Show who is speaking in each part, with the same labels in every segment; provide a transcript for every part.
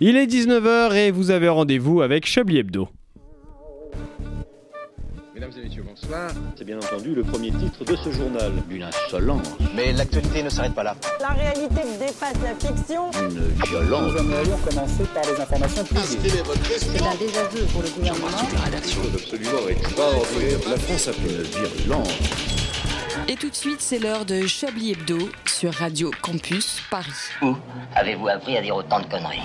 Speaker 1: Il est 19h et vous avez rendez-vous avec Chablis Hebdo.
Speaker 2: Mesdames et messieurs, bonsoir.
Speaker 3: C'est bien entendu le premier titre de ce journal. Une insolence,
Speaker 4: Mais l'actualité ne s'arrête pas là.
Speaker 5: La réalité dépasse la fiction.
Speaker 3: une violence.
Speaker 6: Nous aimerions commencer par les informations publiques.
Speaker 7: C'est un désaveu pour le gouvernement.
Speaker 8: Et tout de suite, c'est l'heure de Chablis Hebdo sur Radio Campus Paris.
Speaker 7: Où avez-vous appris à dire autant de conneries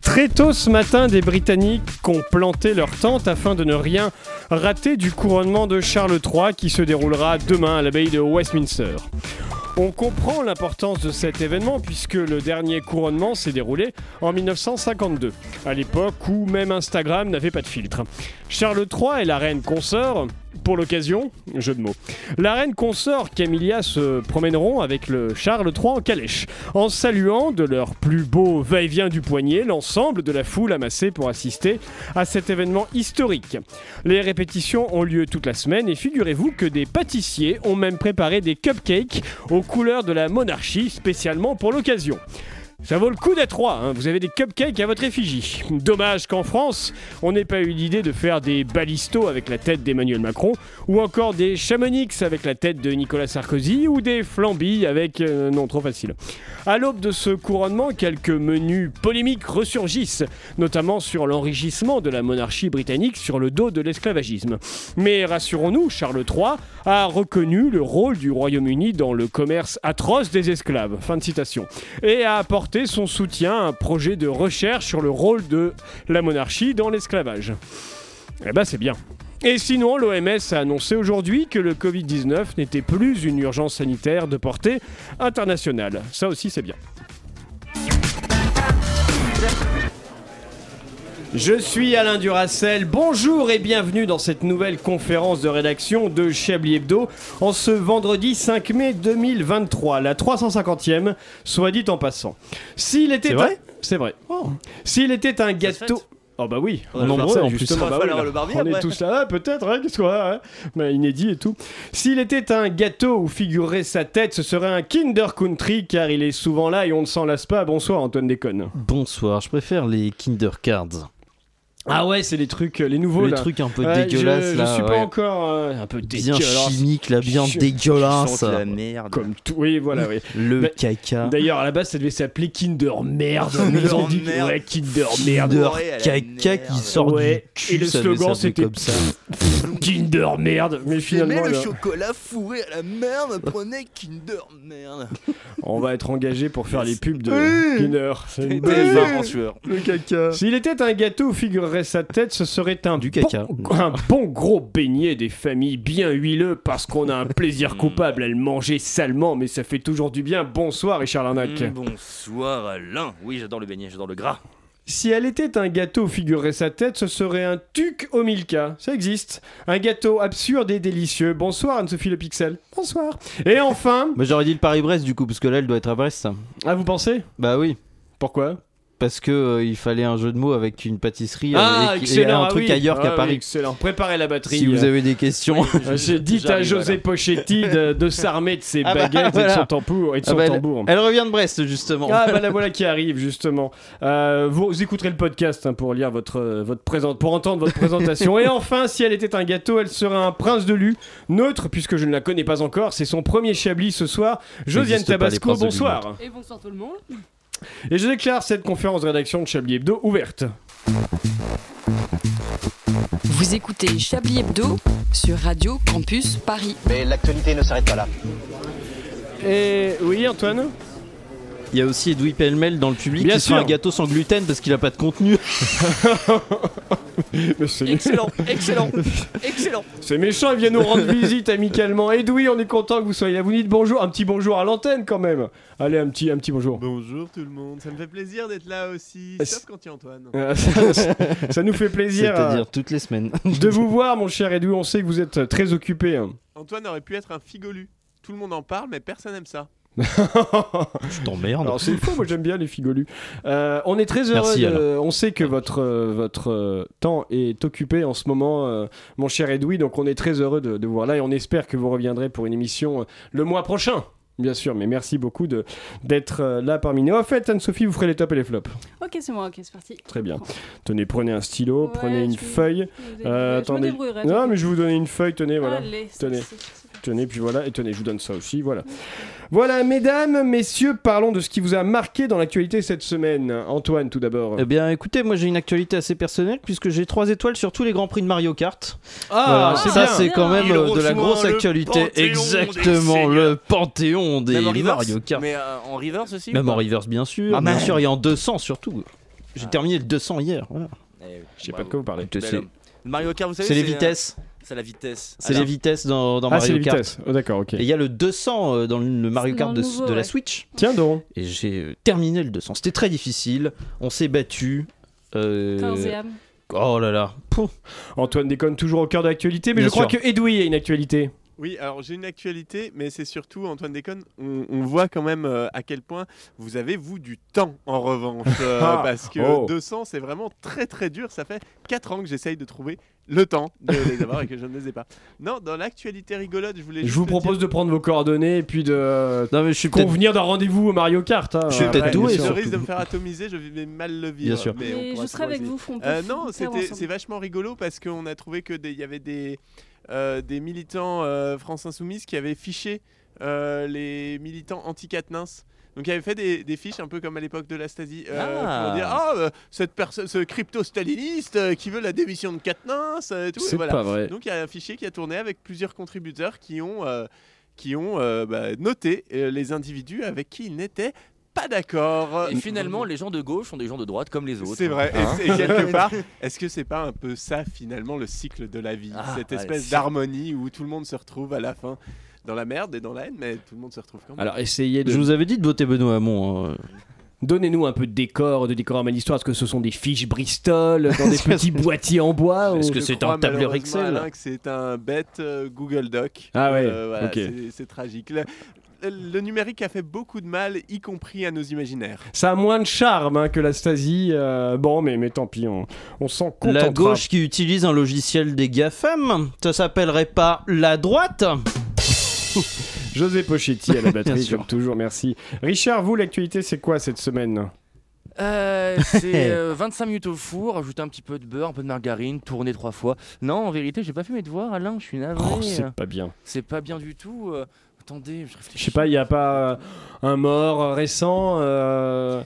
Speaker 1: Très tôt ce matin, des Britanniques ont planté leur tente afin de ne rien rater du couronnement de Charles III qui se déroulera demain à l'abbaye de Westminster. On comprend l'importance de cet événement puisque le dernier couronnement s'est déroulé en 1952, à l'époque où même Instagram n'avait pas de filtre. Charles III et la reine consort, pour l'occasion, jeu de mots, la reine consort Camilla se promèneront avec le Charles III en calèche en saluant de leur plus beau va-et-vient du poignet l'ensemble de la foule amassée pour assister à cet événement historique. Les répétitions ont lieu toute la semaine et figurez-vous que des pâtissiers ont même préparé des cupcakes aux couleurs de la monarchie spécialement pour l'occasion. Ça vaut le coup d'être roi, hein, vous avez des cupcakes à votre effigie. Dommage qu'en France, on n'ait pas eu l'idée de faire des balistos avec la tête d'Emmanuel Macron, ou encore des chamonix avec la tête de Nicolas Sarkozy, ou des flambis avec... euh, non, trop facile. À l'aube de ce couronnement, quelques menus polémiques ressurgissent, notamment sur l'enrichissement de la monarchie britannique sur le dos de l'esclavagisme. Mais rassurons-nous, Charles III a reconnu le rôle du Royaume-Uni dans le commerce atroce des esclaves, fin de citation, et a apporté son soutien à un projet de recherche sur le rôle de la monarchie dans l'esclavage. Eh ben c'est bien. Et sinon, l'OMS a annoncé aujourd'hui que le Covid-19 n'était plus une urgence sanitaire de portée internationale. Ça aussi, c'est bien. Je suis Alain Duracel, bonjour et bienvenue dans cette nouvelle conférence de rédaction de Chablis Hebdo en ce vendredi 5 mai 2023, la 350e, soit dit en passant. S'il était
Speaker 9: C'est
Speaker 1: un-
Speaker 9: vrai
Speaker 1: C'est vrai. S'il était un gâteau... Oh bah oui,
Speaker 9: va
Speaker 1: va
Speaker 9: faire
Speaker 1: faire
Speaker 9: ça, en plus.
Speaker 1: justement.
Speaker 9: On va
Speaker 1: Bah
Speaker 9: pas
Speaker 1: oui,
Speaker 9: aller
Speaker 1: là.
Speaker 9: voir le barbier
Speaker 1: On est
Speaker 9: après.
Speaker 1: tous là, ouais, peut-être, hein, qu'est-ce qu'on a hein Bah, Inédit et tout. S'il était un gâteau où figurait sa tête, ce serait un Kinder Country car il est souvent là et on ne s'en lasse pas. Bonsoir Antoine Déconne.
Speaker 9: Bonsoir, je préfère les Kinder Cards.
Speaker 1: Ah ouais, c'est les trucs, les nouveaux
Speaker 9: les
Speaker 1: là.
Speaker 9: trucs un peu
Speaker 1: Ouais,
Speaker 9: dégueulasses
Speaker 1: je, je
Speaker 9: là.
Speaker 1: suis pas
Speaker 9: ouais.
Speaker 1: encore euh, un peu
Speaker 9: Bien
Speaker 1: dégueulasse,
Speaker 9: chimique là, bien
Speaker 1: Je-
Speaker 9: dégueulasse.
Speaker 4: Sens la merde.
Speaker 1: Comme tout. Oui, voilà, oui.
Speaker 9: Le
Speaker 1: Bah,
Speaker 9: caca.
Speaker 1: D'ailleurs, à la base, ça devait s'appeler Kinder Merde.
Speaker 4: Kinder
Speaker 1: Ils ont dit
Speaker 4: Merde.
Speaker 1: ouais, Kinder Merde.
Speaker 9: Kinder
Speaker 4: Bourré à la
Speaker 9: caca
Speaker 4: merde.
Speaker 9: qui sort
Speaker 1: Ouais,
Speaker 9: du cul.
Speaker 1: et le
Speaker 9: ça devait
Speaker 1: slogan,
Speaker 9: s'appeler
Speaker 1: c'était-
Speaker 9: comme ça.
Speaker 1: Kinder Oh, Merde.
Speaker 4: J'aimais
Speaker 1: Mais finalement,
Speaker 4: le
Speaker 1: là,
Speaker 4: chocolat fourré à la merde, prenez Kinder merde.
Speaker 1: on va être engagé pour faire les pubs de
Speaker 4: Oui.
Speaker 1: Kinder. C'est une bonne idée.
Speaker 4: Des en sueur.
Speaker 9: Le caca.
Speaker 1: S'il était un gâteau où figurerait sa tête, ce serait un,
Speaker 9: Du
Speaker 1: bon,
Speaker 9: caca.
Speaker 1: un bon gros beignet des familles bien huileux parce qu'on a un plaisir coupable à le manger salement, mais ça fait toujours du bien. Bonsoir, Richard Larnac.
Speaker 10: Mm, Bonsoir Alain. Oui, j'adore le beignet, j'adore le gras.
Speaker 1: Si elle était un gâteau où figurerait sa tête, ce serait un tuc au Milka. Ça existe. Un gâteau absurde et délicieux. Bonsoir Anne-Sophie Le Pixel. Bonsoir. Et enfin.
Speaker 9: Bah, j'aurais dit le Paris-Brest du coup, parce que là elle doit être à Brest. ça.
Speaker 1: Ah, vous pensez
Speaker 9: Bah oui.
Speaker 1: Pourquoi
Speaker 9: Parce que euh, il fallait un jeu de mots avec une pâtisserie euh, et, qui- et un
Speaker 1: ah
Speaker 9: truc
Speaker 1: oui.
Speaker 9: ailleurs qu'à
Speaker 1: Ah oui,
Speaker 9: Paris.
Speaker 1: excellent. Préparez la batterie.
Speaker 9: Si vous avez des questions,
Speaker 1: Euh, J'ai dit à
Speaker 10: J'arrive,
Speaker 1: José
Speaker 10: voilà.
Speaker 1: Pochetti de, de s'armer de ses
Speaker 9: Ah bah,
Speaker 1: baguettes et de son
Speaker 9: voilà.
Speaker 1: tambour. Et de son
Speaker 9: Ah bah,
Speaker 1: tambour.
Speaker 9: elle revient de Brest justement.
Speaker 1: Ah bah la voilà qui arrive justement. Euh, vous, vous écouterez le podcast hein, pour lire votre euh, votre présent- pour entendre votre présentation. Et enfin, si elle était un gâteau, elle serait un prince de lu, neutre puisque je ne la connais pas encore. C'est son premier Chablis ce soir. Josiane
Speaker 9: N'existe pas, les
Speaker 1: Tabasco,
Speaker 9: princes de Lu,
Speaker 1: bonsoir.
Speaker 8: Et bonsoir tout le monde.
Speaker 1: Et je déclare cette conférence de rédaction de Chablis Hebdo ouverte.
Speaker 8: Vous écoutez Chablis Hebdo sur Radio Campus Paris.
Speaker 4: Mais l'actualité ne s'arrête pas là.
Speaker 1: Et Eh oui, Antoine.
Speaker 9: Il y a aussi Edoui Pellemel dans le public
Speaker 1: Bien
Speaker 9: qui se fait
Speaker 1: sûr.
Speaker 9: un gâteau sans gluten parce qu'il a pas de contenu.
Speaker 1: Mais c'est-
Speaker 10: Excellent, excellent, excellent.
Speaker 1: C'est méchant, ils viennent nous rendre visite amicalement. Edoui, on est content que vous soyez là. Vous dites bonjour, un petit bonjour à l'antenne quand même. Allez, un petit, un petit bonjour.
Speaker 11: Bonjour tout le monde, ça me fait plaisir d'être là aussi,
Speaker 1: Euh,
Speaker 11: sauf quand il y a Antoine.
Speaker 1: Euh, ça, ça nous fait plaisir euh,
Speaker 9: C'est-à-dire toutes les semaines.
Speaker 1: de vous voir, mon cher Edoui. On sait que vous êtes euh, très occupé. hein.
Speaker 11: Antoine aurait pu être un figolu. Tout le monde en parle, mais personne n'aime ça.
Speaker 9: Je t'emmerde.
Speaker 1: Alors c'est faux, moi j'aime bien les figolus. Euh, on est très heureux.
Speaker 9: Merci,
Speaker 1: de-
Speaker 9: Alain.
Speaker 1: On sait que votre euh, votre euh, temps est occupé en ce moment, euh, mon cher Edoui. Donc on est très heureux de, de vous voir là et on espère que vous reviendrez pour une émission euh, le mois prochain. Bien sûr, mais merci beaucoup de- d'être euh, là parmi nous. En fait, Anne-Sophie, vous ferez les tops et les flops.
Speaker 2: Ok, c'est moi, ok, c'est parti.
Speaker 1: Très bien. Tenez, prenez un stylo,
Speaker 2: Ouais,
Speaker 1: prenez une
Speaker 2: je vais-
Speaker 1: feuille.
Speaker 2: Vous avez-
Speaker 1: Euh,
Speaker 2: je me
Speaker 1: attendez.
Speaker 2: débrouillerai,
Speaker 1: Non,
Speaker 2: t'inquiète.
Speaker 1: mais je vais vous donner une feuille, tenez, voilà.
Speaker 2: Allez, c'est
Speaker 1: Tenez.
Speaker 2: parti.
Speaker 1: Tenez, puis voilà, et tenez, je vous donne ça aussi, voilà. Voilà, mesdames, messieurs, parlons de ce qui vous a marqué dans l'actualité cette semaine. Antoine, tout d'abord.
Speaker 9: Eh bien, écoutez, moi j'ai une actualité assez personnelle puisque j'ai 3 étoiles sur tous les grands prix de Mario Kart. Voilà,
Speaker 1: Ah, c'est
Speaker 9: ça
Speaker 1: bien.
Speaker 9: c'est quand même
Speaker 11: Il
Speaker 9: euh, de la
Speaker 11: rejoint
Speaker 9: grosse
Speaker 11: le
Speaker 9: actualité.
Speaker 11: panthéon des
Speaker 9: Exactement,
Speaker 11: seigneurs.
Speaker 9: le panthéon des
Speaker 11: Même en reverse
Speaker 9: Mario Kart.
Speaker 11: Mais euh, en reverse aussi
Speaker 9: Même en reverse, bien sûr.
Speaker 11: Ah,
Speaker 9: bien
Speaker 1: bah.
Speaker 11: man.
Speaker 9: sûr, et en 200 surtout. J'ai terminé le 200 hier. voilà.
Speaker 1: Ah.
Speaker 11: Eh
Speaker 1: Je sais pas de quoi vous parlez.
Speaker 9: C'est
Speaker 11: Bel homme. Mario Kart, vous savez
Speaker 9: c'est les
Speaker 11: un-
Speaker 9: vitesses.
Speaker 11: C'est la vitesse.
Speaker 9: C'est les vitesses dans, dans
Speaker 1: Ah, c'est
Speaker 9: Mario
Speaker 1: les
Speaker 9: Kart.
Speaker 1: vitesses. Oh, D'accord, ok.
Speaker 9: Et il y a le 200 euh, dans le Mario
Speaker 2: C'est
Speaker 9: Kart
Speaker 2: dans
Speaker 9: de,
Speaker 2: le nouveau,
Speaker 9: de la
Speaker 2: ouais.
Speaker 9: Switch.
Speaker 1: Tiens donc.
Speaker 9: Et j'ai euh, terminé le 200. C'était très difficile. On s'est battu. euh,
Speaker 2: 15e.
Speaker 9: Oh là là. Pouf.
Speaker 1: Antoine déconne toujours au cœur de l'actualité, mais
Speaker 9: Bien
Speaker 1: je crois
Speaker 9: sûr.
Speaker 1: que Edoui a une actualité.
Speaker 11: Oui, alors j'ai une actualité, mais c'est surtout, Antoine Déconne, on, on voit quand même euh, à quel point vous avez, vous, du temps en revanche. euh,
Speaker 1: Ah,
Speaker 11: parce que
Speaker 1: oh.
Speaker 11: 200, c'est vraiment très très dur. Ça fait 4 ans que j'essaye de trouver le temps de les avoir et que je ne les ai pas. Non, dans l'actualité rigolote, je voulais.
Speaker 1: Je
Speaker 11: juste
Speaker 1: vous
Speaker 11: te
Speaker 1: propose de prendre vos coordonnées et puis de
Speaker 9: Non, mais je suis peut-être
Speaker 1: convenir d'un rendez-vous au Mario Kart. hein.
Speaker 9: Je suis
Speaker 11: dire-
Speaker 9: peut-être
Speaker 11: Euh, Ouais,
Speaker 9: doué,
Speaker 11: Je
Speaker 9: surtout.
Speaker 11: risque de me faire atomiser, je vais mal le vivre.
Speaker 9: Bien sûr.
Speaker 11: mais on
Speaker 2: Mais
Speaker 11: pourra
Speaker 2: je serai
Speaker 11: toujours
Speaker 2: avec
Speaker 11: essayer.
Speaker 2: vous, on peut
Speaker 11: Euh,
Speaker 2: faire
Speaker 11: non, c'était
Speaker 2: ensemble.
Speaker 11: c'est vachement rigolo parce qu'on a trouvé que des- il y avait des euh, des militants euh, France Insoumise qui avaient fiché euh, les militants anti-Katnins. Donc ils avaient fait des, des fiches un peu comme à l'époque de la Stasi euh,
Speaker 10: Ah.
Speaker 11: pour dire ah euh, cette personne ce crypto-staliniste euh, qui veut la démission de Katnins euh, et tout
Speaker 1: C'est
Speaker 11: Et voilà.
Speaker 1: pas vrai.
Speaker 11: Donc il y a un fichier qui a tourné avec plusieurs contributeurs qui ont, euh, qui ont euh, bah, noté euh, les individus avec qui ils n'étaient pas d'accord.
Speaker 10: Et finalement, les gens de gauche sont des gens de droite comme les autres.
Speaker 11: C'est vrai. Et
Speaker 1: Ah.
Speaker 10: Hein
Speaker 11: c'est- Et, quelque part, est-ce que c'est pas un peu ça finalement le cycle de la vie,
Speaker 10: Ah,
Speaker 11: cette
Speaker 10: ouais,
Speaker 11: espèce
Speaker 10: si.
Speaker 11: d'harmonie où tout le monde se retrouve à la fin dans la merde et dans la haine, mais tout le monde se retrouve quand même.
Speaker 1: Alors essayez de
Speaker 9: Je vous avais dit de voter Benoît Hamon. hein.
Speaker 1: donnez-nous un peu de décor, de décor à l'histoire. Est-ce que ce sont des fiches Bristol dans des petits boîtiers en bois ou-
Speaker 9: Est-ce que
Speaker 11: Oh, Je
Speaker 9: c'est
Speaker 11: crois,
Speaker 9: un tableur
Speaker 11: malheureusement,
Speaker 9: Excel
Speaker 11: Alain, que c'est un bête euh, Google Doc. Euh,
Speaker 1: Ah ouais,
Speaker 11: voilà,
Speaker 1: ok.
Speaker 11: c'est- C'est tragique. Le, le numérique a fait beaucoup de mal, y compris à nos imaginaires.
Speaker 1: Ça a moins de charme hein, que la Stasi. euh, Bon, mais, mais tant pis, on, on s'en contentera.
Speaker 9: La gauche qui utilise un logiciel des GAFAM, ça s'appellerait pas la droite
Speaker 1: José Pochetti à la
Speaker 9: Bien
Speaker 1: batterie,
Speaker 9: sûr.
Speaker 1: comme toujours, merci. Richard, vous, l'actualité, c'est quoi cette semaine
Speaker 11: Ah.
Speaker 10: Euh, c'est euh, 25 minutes au four, ajouter un petit peu de beurre, un peu de margarine, tourner trois fois. Non, en vérité, j'ai pas fait mes devoirs, Alain, je suis navré.
Speaker 1: Oh, c'est pas bien.
Speaker 10: C'est pas bien du tout. euh, attendez, je réfléchis.
Speaker 1: Je sais pas, il n'y a pas euh, un mort euh, récent euh,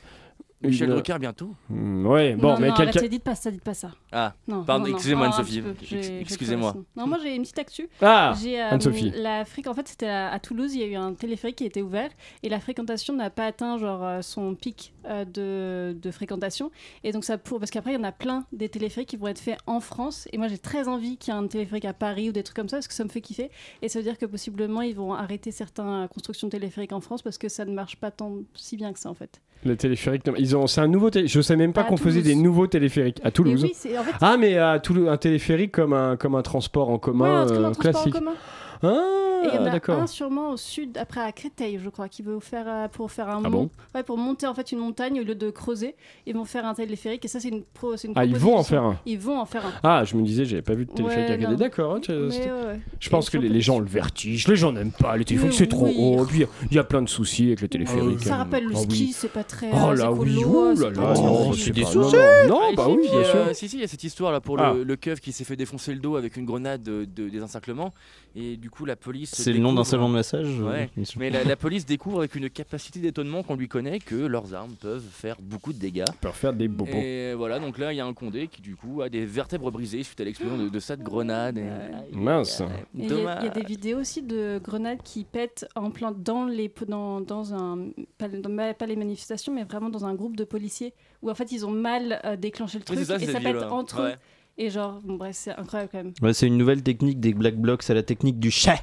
Speaker 10: Michel
Speaker 1: une-
Speaker 10: Drucker bientôt.
Speaker 1: Hmm, Ouais, bon,
Speaker 2: non,
Speaker 1: mais
Speaker 2: non,
Speaker 1: quelqu'un.
Speaker 2: arrêtez, dites pas ça, dites pas ça.
Speaker 10: Ah,
Speaker 2: Non,
Speaker 10: pardon,
Speaker 2: non, non. Ah,
Speaker 10: excusez-moi, Anne-Sophie.
Speaker 2: un petit peu, j'ai-
Speaker 10: Ex-
Speaker 2: j'ai
Speaker 10: excusez-moi.
Speaker 2: plus raison. Non, moi j'ai une petite actu.
Speaker 1: Ah
Speaker 2: J'ai, euh,
Speaker 1: Anne-Sophie.
Speaker 2: La fréqu- En fait, c'était à, à Toulouse, il y a eu un téléphérique qui était ouvert et la fréquentation n'a pas atteint genre, euh, son pic euh, de, de fréquentation. Et donc, ça pour... Parce qu'après, il y en a plein des téléphériques qui vont être faits en France. Et moi, j'ai très envie qu'il y ait un téléphérique à Paris ou des trucs comme ça parce que ça me fait kiffer. Et ça veut dire que possiblement, ils vont arrêter certaines constructions téléphériques en France parce que ça ne marche pas tant si bien que ça en fait.
Speaker 1: Le téléphérique, non, ils ont, c'est un nouveau. télé- Je savais même pas
Speaker 2: À
Speaker 1: qu'on faisait des
Speaker 2: Toulouse.
Speaker 1: nouveaux téléphériques à Toulouse.
Speaker 2: Et oui, c'est en fait.
Speaker 1: Ah, mais à Toulouse, un téléphérique comme un, comme un transport en
Speaker 2: ouais,
Speaker 1: commun
Speaker 2: un truc comme
Speaker 1: euh,
Speaker 2: un transport en
Speaker 1: classique.
Speaker 2: commun. Et il y en
Speaker 1: Ah,
Speaker 2: a
Speaker 1: d'accord.
Speaker 2: un sûrement au sud, après à Créteil, je crois, qui veut faire euh, pour faire un
Speaker 1: Ah
Speaker 2: mont-
Speaker 1: bon
Speaker 2: ouais, pour monter en fait une montagne au lieu de creuser, ils vont faire un téléphérique et ça c'est une pro, c'est une
Speaker 1: Ah, ils vont en
Speaker 2: proposition.
Speaker 1: faire un.
Speaker 2: Ils vont en faire un.
Speaker 1: Ah, je me disais, j'avais pas vu de téléphérique
Speaker 2: Ouais,
Speaker 1: à
Speaker 2: non.
Speaker 1: Calais. D'accord. hein, tu-
Speaker 10: Euh,
Speaker 2: Mais,
Speaker 1: c'était-
Speaker 2: ouais, ouais.
Speaker 1: Je pense
Speaker 2: Et
Speaker 1: que
Speaker 2: ils
Speaker 1: les,
Speaker 2: sont
Speaker 1: les gens ont
Speaker 2: petits.
Speaker 1: le vertige, les gens n'aiment pas les téléphériques,
Speaker 2: Mais
Speaker 1: c'est trop
Speaker 2: oui. Ah
Speaker 1: haut. et Puis il y a plein de soucis avec les téléphériques.
Speaker 2: Ça rappelle le
Speaker 1: Ah oui.
Speaker 2: ski, c'est pas très.
Speaker 1: Oh
Speaker 2: euh,
Speaker 1: là
Speaker 2: écolo,
Speaker 1: oui,
Speaker 2: euh,
Speaker 1: ouh
Speaker 2: c'est
Speaker 1: là
Speaker 2: pas
Speaker 1: là,
Speaker 2: très-
Speaker 9: oh,
Speaker 1: c'est
Speaker 9: c'est des
Speaker 1: pas-
Speaker 9: soucis.
Speaker 1: Non,
Speaker 10: Ah,
Speaker 1: bah
Speaker 10: et
Speaker 1: oui,
Speaker 10: puis,
Speaker 1: bien sûr.
Speaker 10: euh, si, si, il y a cette histoire là pour
Speaker 1: Ah.
Speaker 10: le, le keuf qui s'est fait défoncer le dos avec une grenade de, de- des encerclements. Et du coup, la police.
Speaker 9: C'est le nom d'un
Speaker 10: découvre-
Speaker 9: salon de massage euh,
Speaker 10: Ouais.
Speaker 9: il me semble.
Speaker 10: Mais la, la police découvre avec une capacité d'étonnement qu'on lui connaît que leurs armes peuvent faire beaucoup de dégâts.
Speaker 1: Ils peuvent faire des bobos.
Speaker 10: Et voilà, donc là, il y a un condé qui, du coup, a des vertèbres brisées suite à l'explosion de, de cette grenade. Et...
Speaker 1: Mince.
Speaker 2: Et Il y, a- il y a des vidéos aussi de grenades qui pètent en plein dans les dans, dans un pas, dans- pas les manifestations mais vraiment dans un groupe de policiers où en fait ils ont mal euh, déclenché le
Speaker 10: Oui,
Speaker 2: truc
Speaker 10: c'est ça,
Speaker 2: et
Speaker 10: c'est
Speaker 2: ça
Speaker 10: violent.
Speaker 2: pète entre
Speaker 10: Ouais.
Speaker 2: eux et genre bon bref c'est incroyable quand même.
Speaker 9: Ouais, c'est une nouvelle technique des Black Blocs, c'est la technique du chat.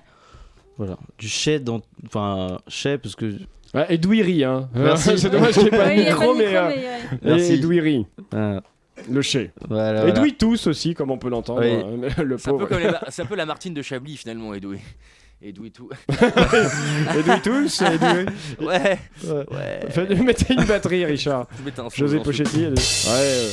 Speaker 9: Voilà, du chat dans. Enfin, chat, parce que.
Speaker 1: Ah, Edoui rit, hein.
Speaker 9: Merci.
Speaker 1: C'est dommage qu'il n'y ait pas
Speaker 2: Ouais,
Speaker 1: de
Speaker 2: il y a pas
Speaker 1: micro,
Speaker 2: de
Speaker 1: mais. euh,
Speaker 2: mais, euh,
Speaker 1: et
Speaker 9: Merci.
Speaker 1: Edoui rit,
Speaker 9: Ah,
Speaker 1: le chien.
Speaker 9: voilà,
Speaker 1: Et
Speaker 9: voilà.
Speaker 1: Edoui tous aussi, comme on peut l'entendre.
Speaker 9: Oui.
Speaker 1: hein, Le
Speaker 10: C'est un, peu
Speaker 1: pauvre.
Speaker 10: comme les ma- c'est un peu la Martine de Chablis, finalement, Edoui. Edoui tout.
Speaker 1: Edoui tous. Edoui.
Speaker 10: Ouais,
Speaker 11: Euh,
Speaker 1: Faites- Mettez une batterie, Richard.
Speaker 10: je vais mettre un son
Speaker 1: José
Speaker 10: dans ce-
Speaker 1: Pochetti. allez. Ouais. euh,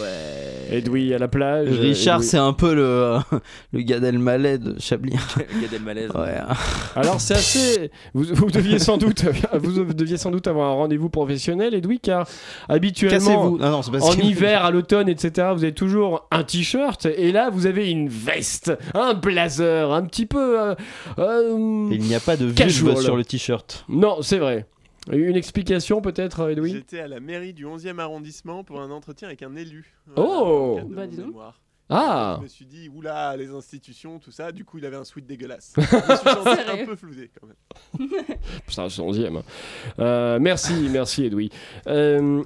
Speaker 10: Ouais.
Speaker 1: Edoui à la plage.
Speaker 9: Richard,
Speaker 1: Edoui.
Speaker 9: c'est un peu le, le Gad Elmaleh de Chablis.
Speaker 10: Gad Elmaleh.
Speaker 9: Ouais. hein.
Speaker 1: Alors c'est assez. Vous, vous deviez sans doute, vous deviez sans doute avoir un rendez-vous professionnel, Edoui, car habituellement,
Speaker 9: Cassez-vous. Ah non, c'est pas
Speaker 1: en
Speaker 9: ça.
Speaker 1: hiver, à l'automne, etc., vous avez toujours un t-shirt et là vous avez une veste, un blazer, un petit peu. euh, euh,
Speaker 9: Il n'y a pas de vulve
Speaker 1: Casual.
Speaker 9: sur le t-shirt.
Speaker 1: Non, c'est vrai. Une explication peut-être, Edoui.
Speaker 11: J'étais à la mairie du 11e arrondissement pour un entretien avec un élu.
Speaker 1: Oh.
Speaker 11: dans le cadre de
Speaker 2: Bah,
Speaker 11: mon
Speaker 2: dis donc.
Speaker 11: mémoire.
Speaker 1: Ah.
Speaker 11: Je me suis dit, oula, les institutions, tout ça. Du coup, il avait un sweat dégueulasse. je me suis senti un
Speaker 2: Sérieux
Speaker 11: peu floudé quand même.
Speaker 1: Putain, c'est onzième. hein. Euh, merci, merci Edoui. Euh,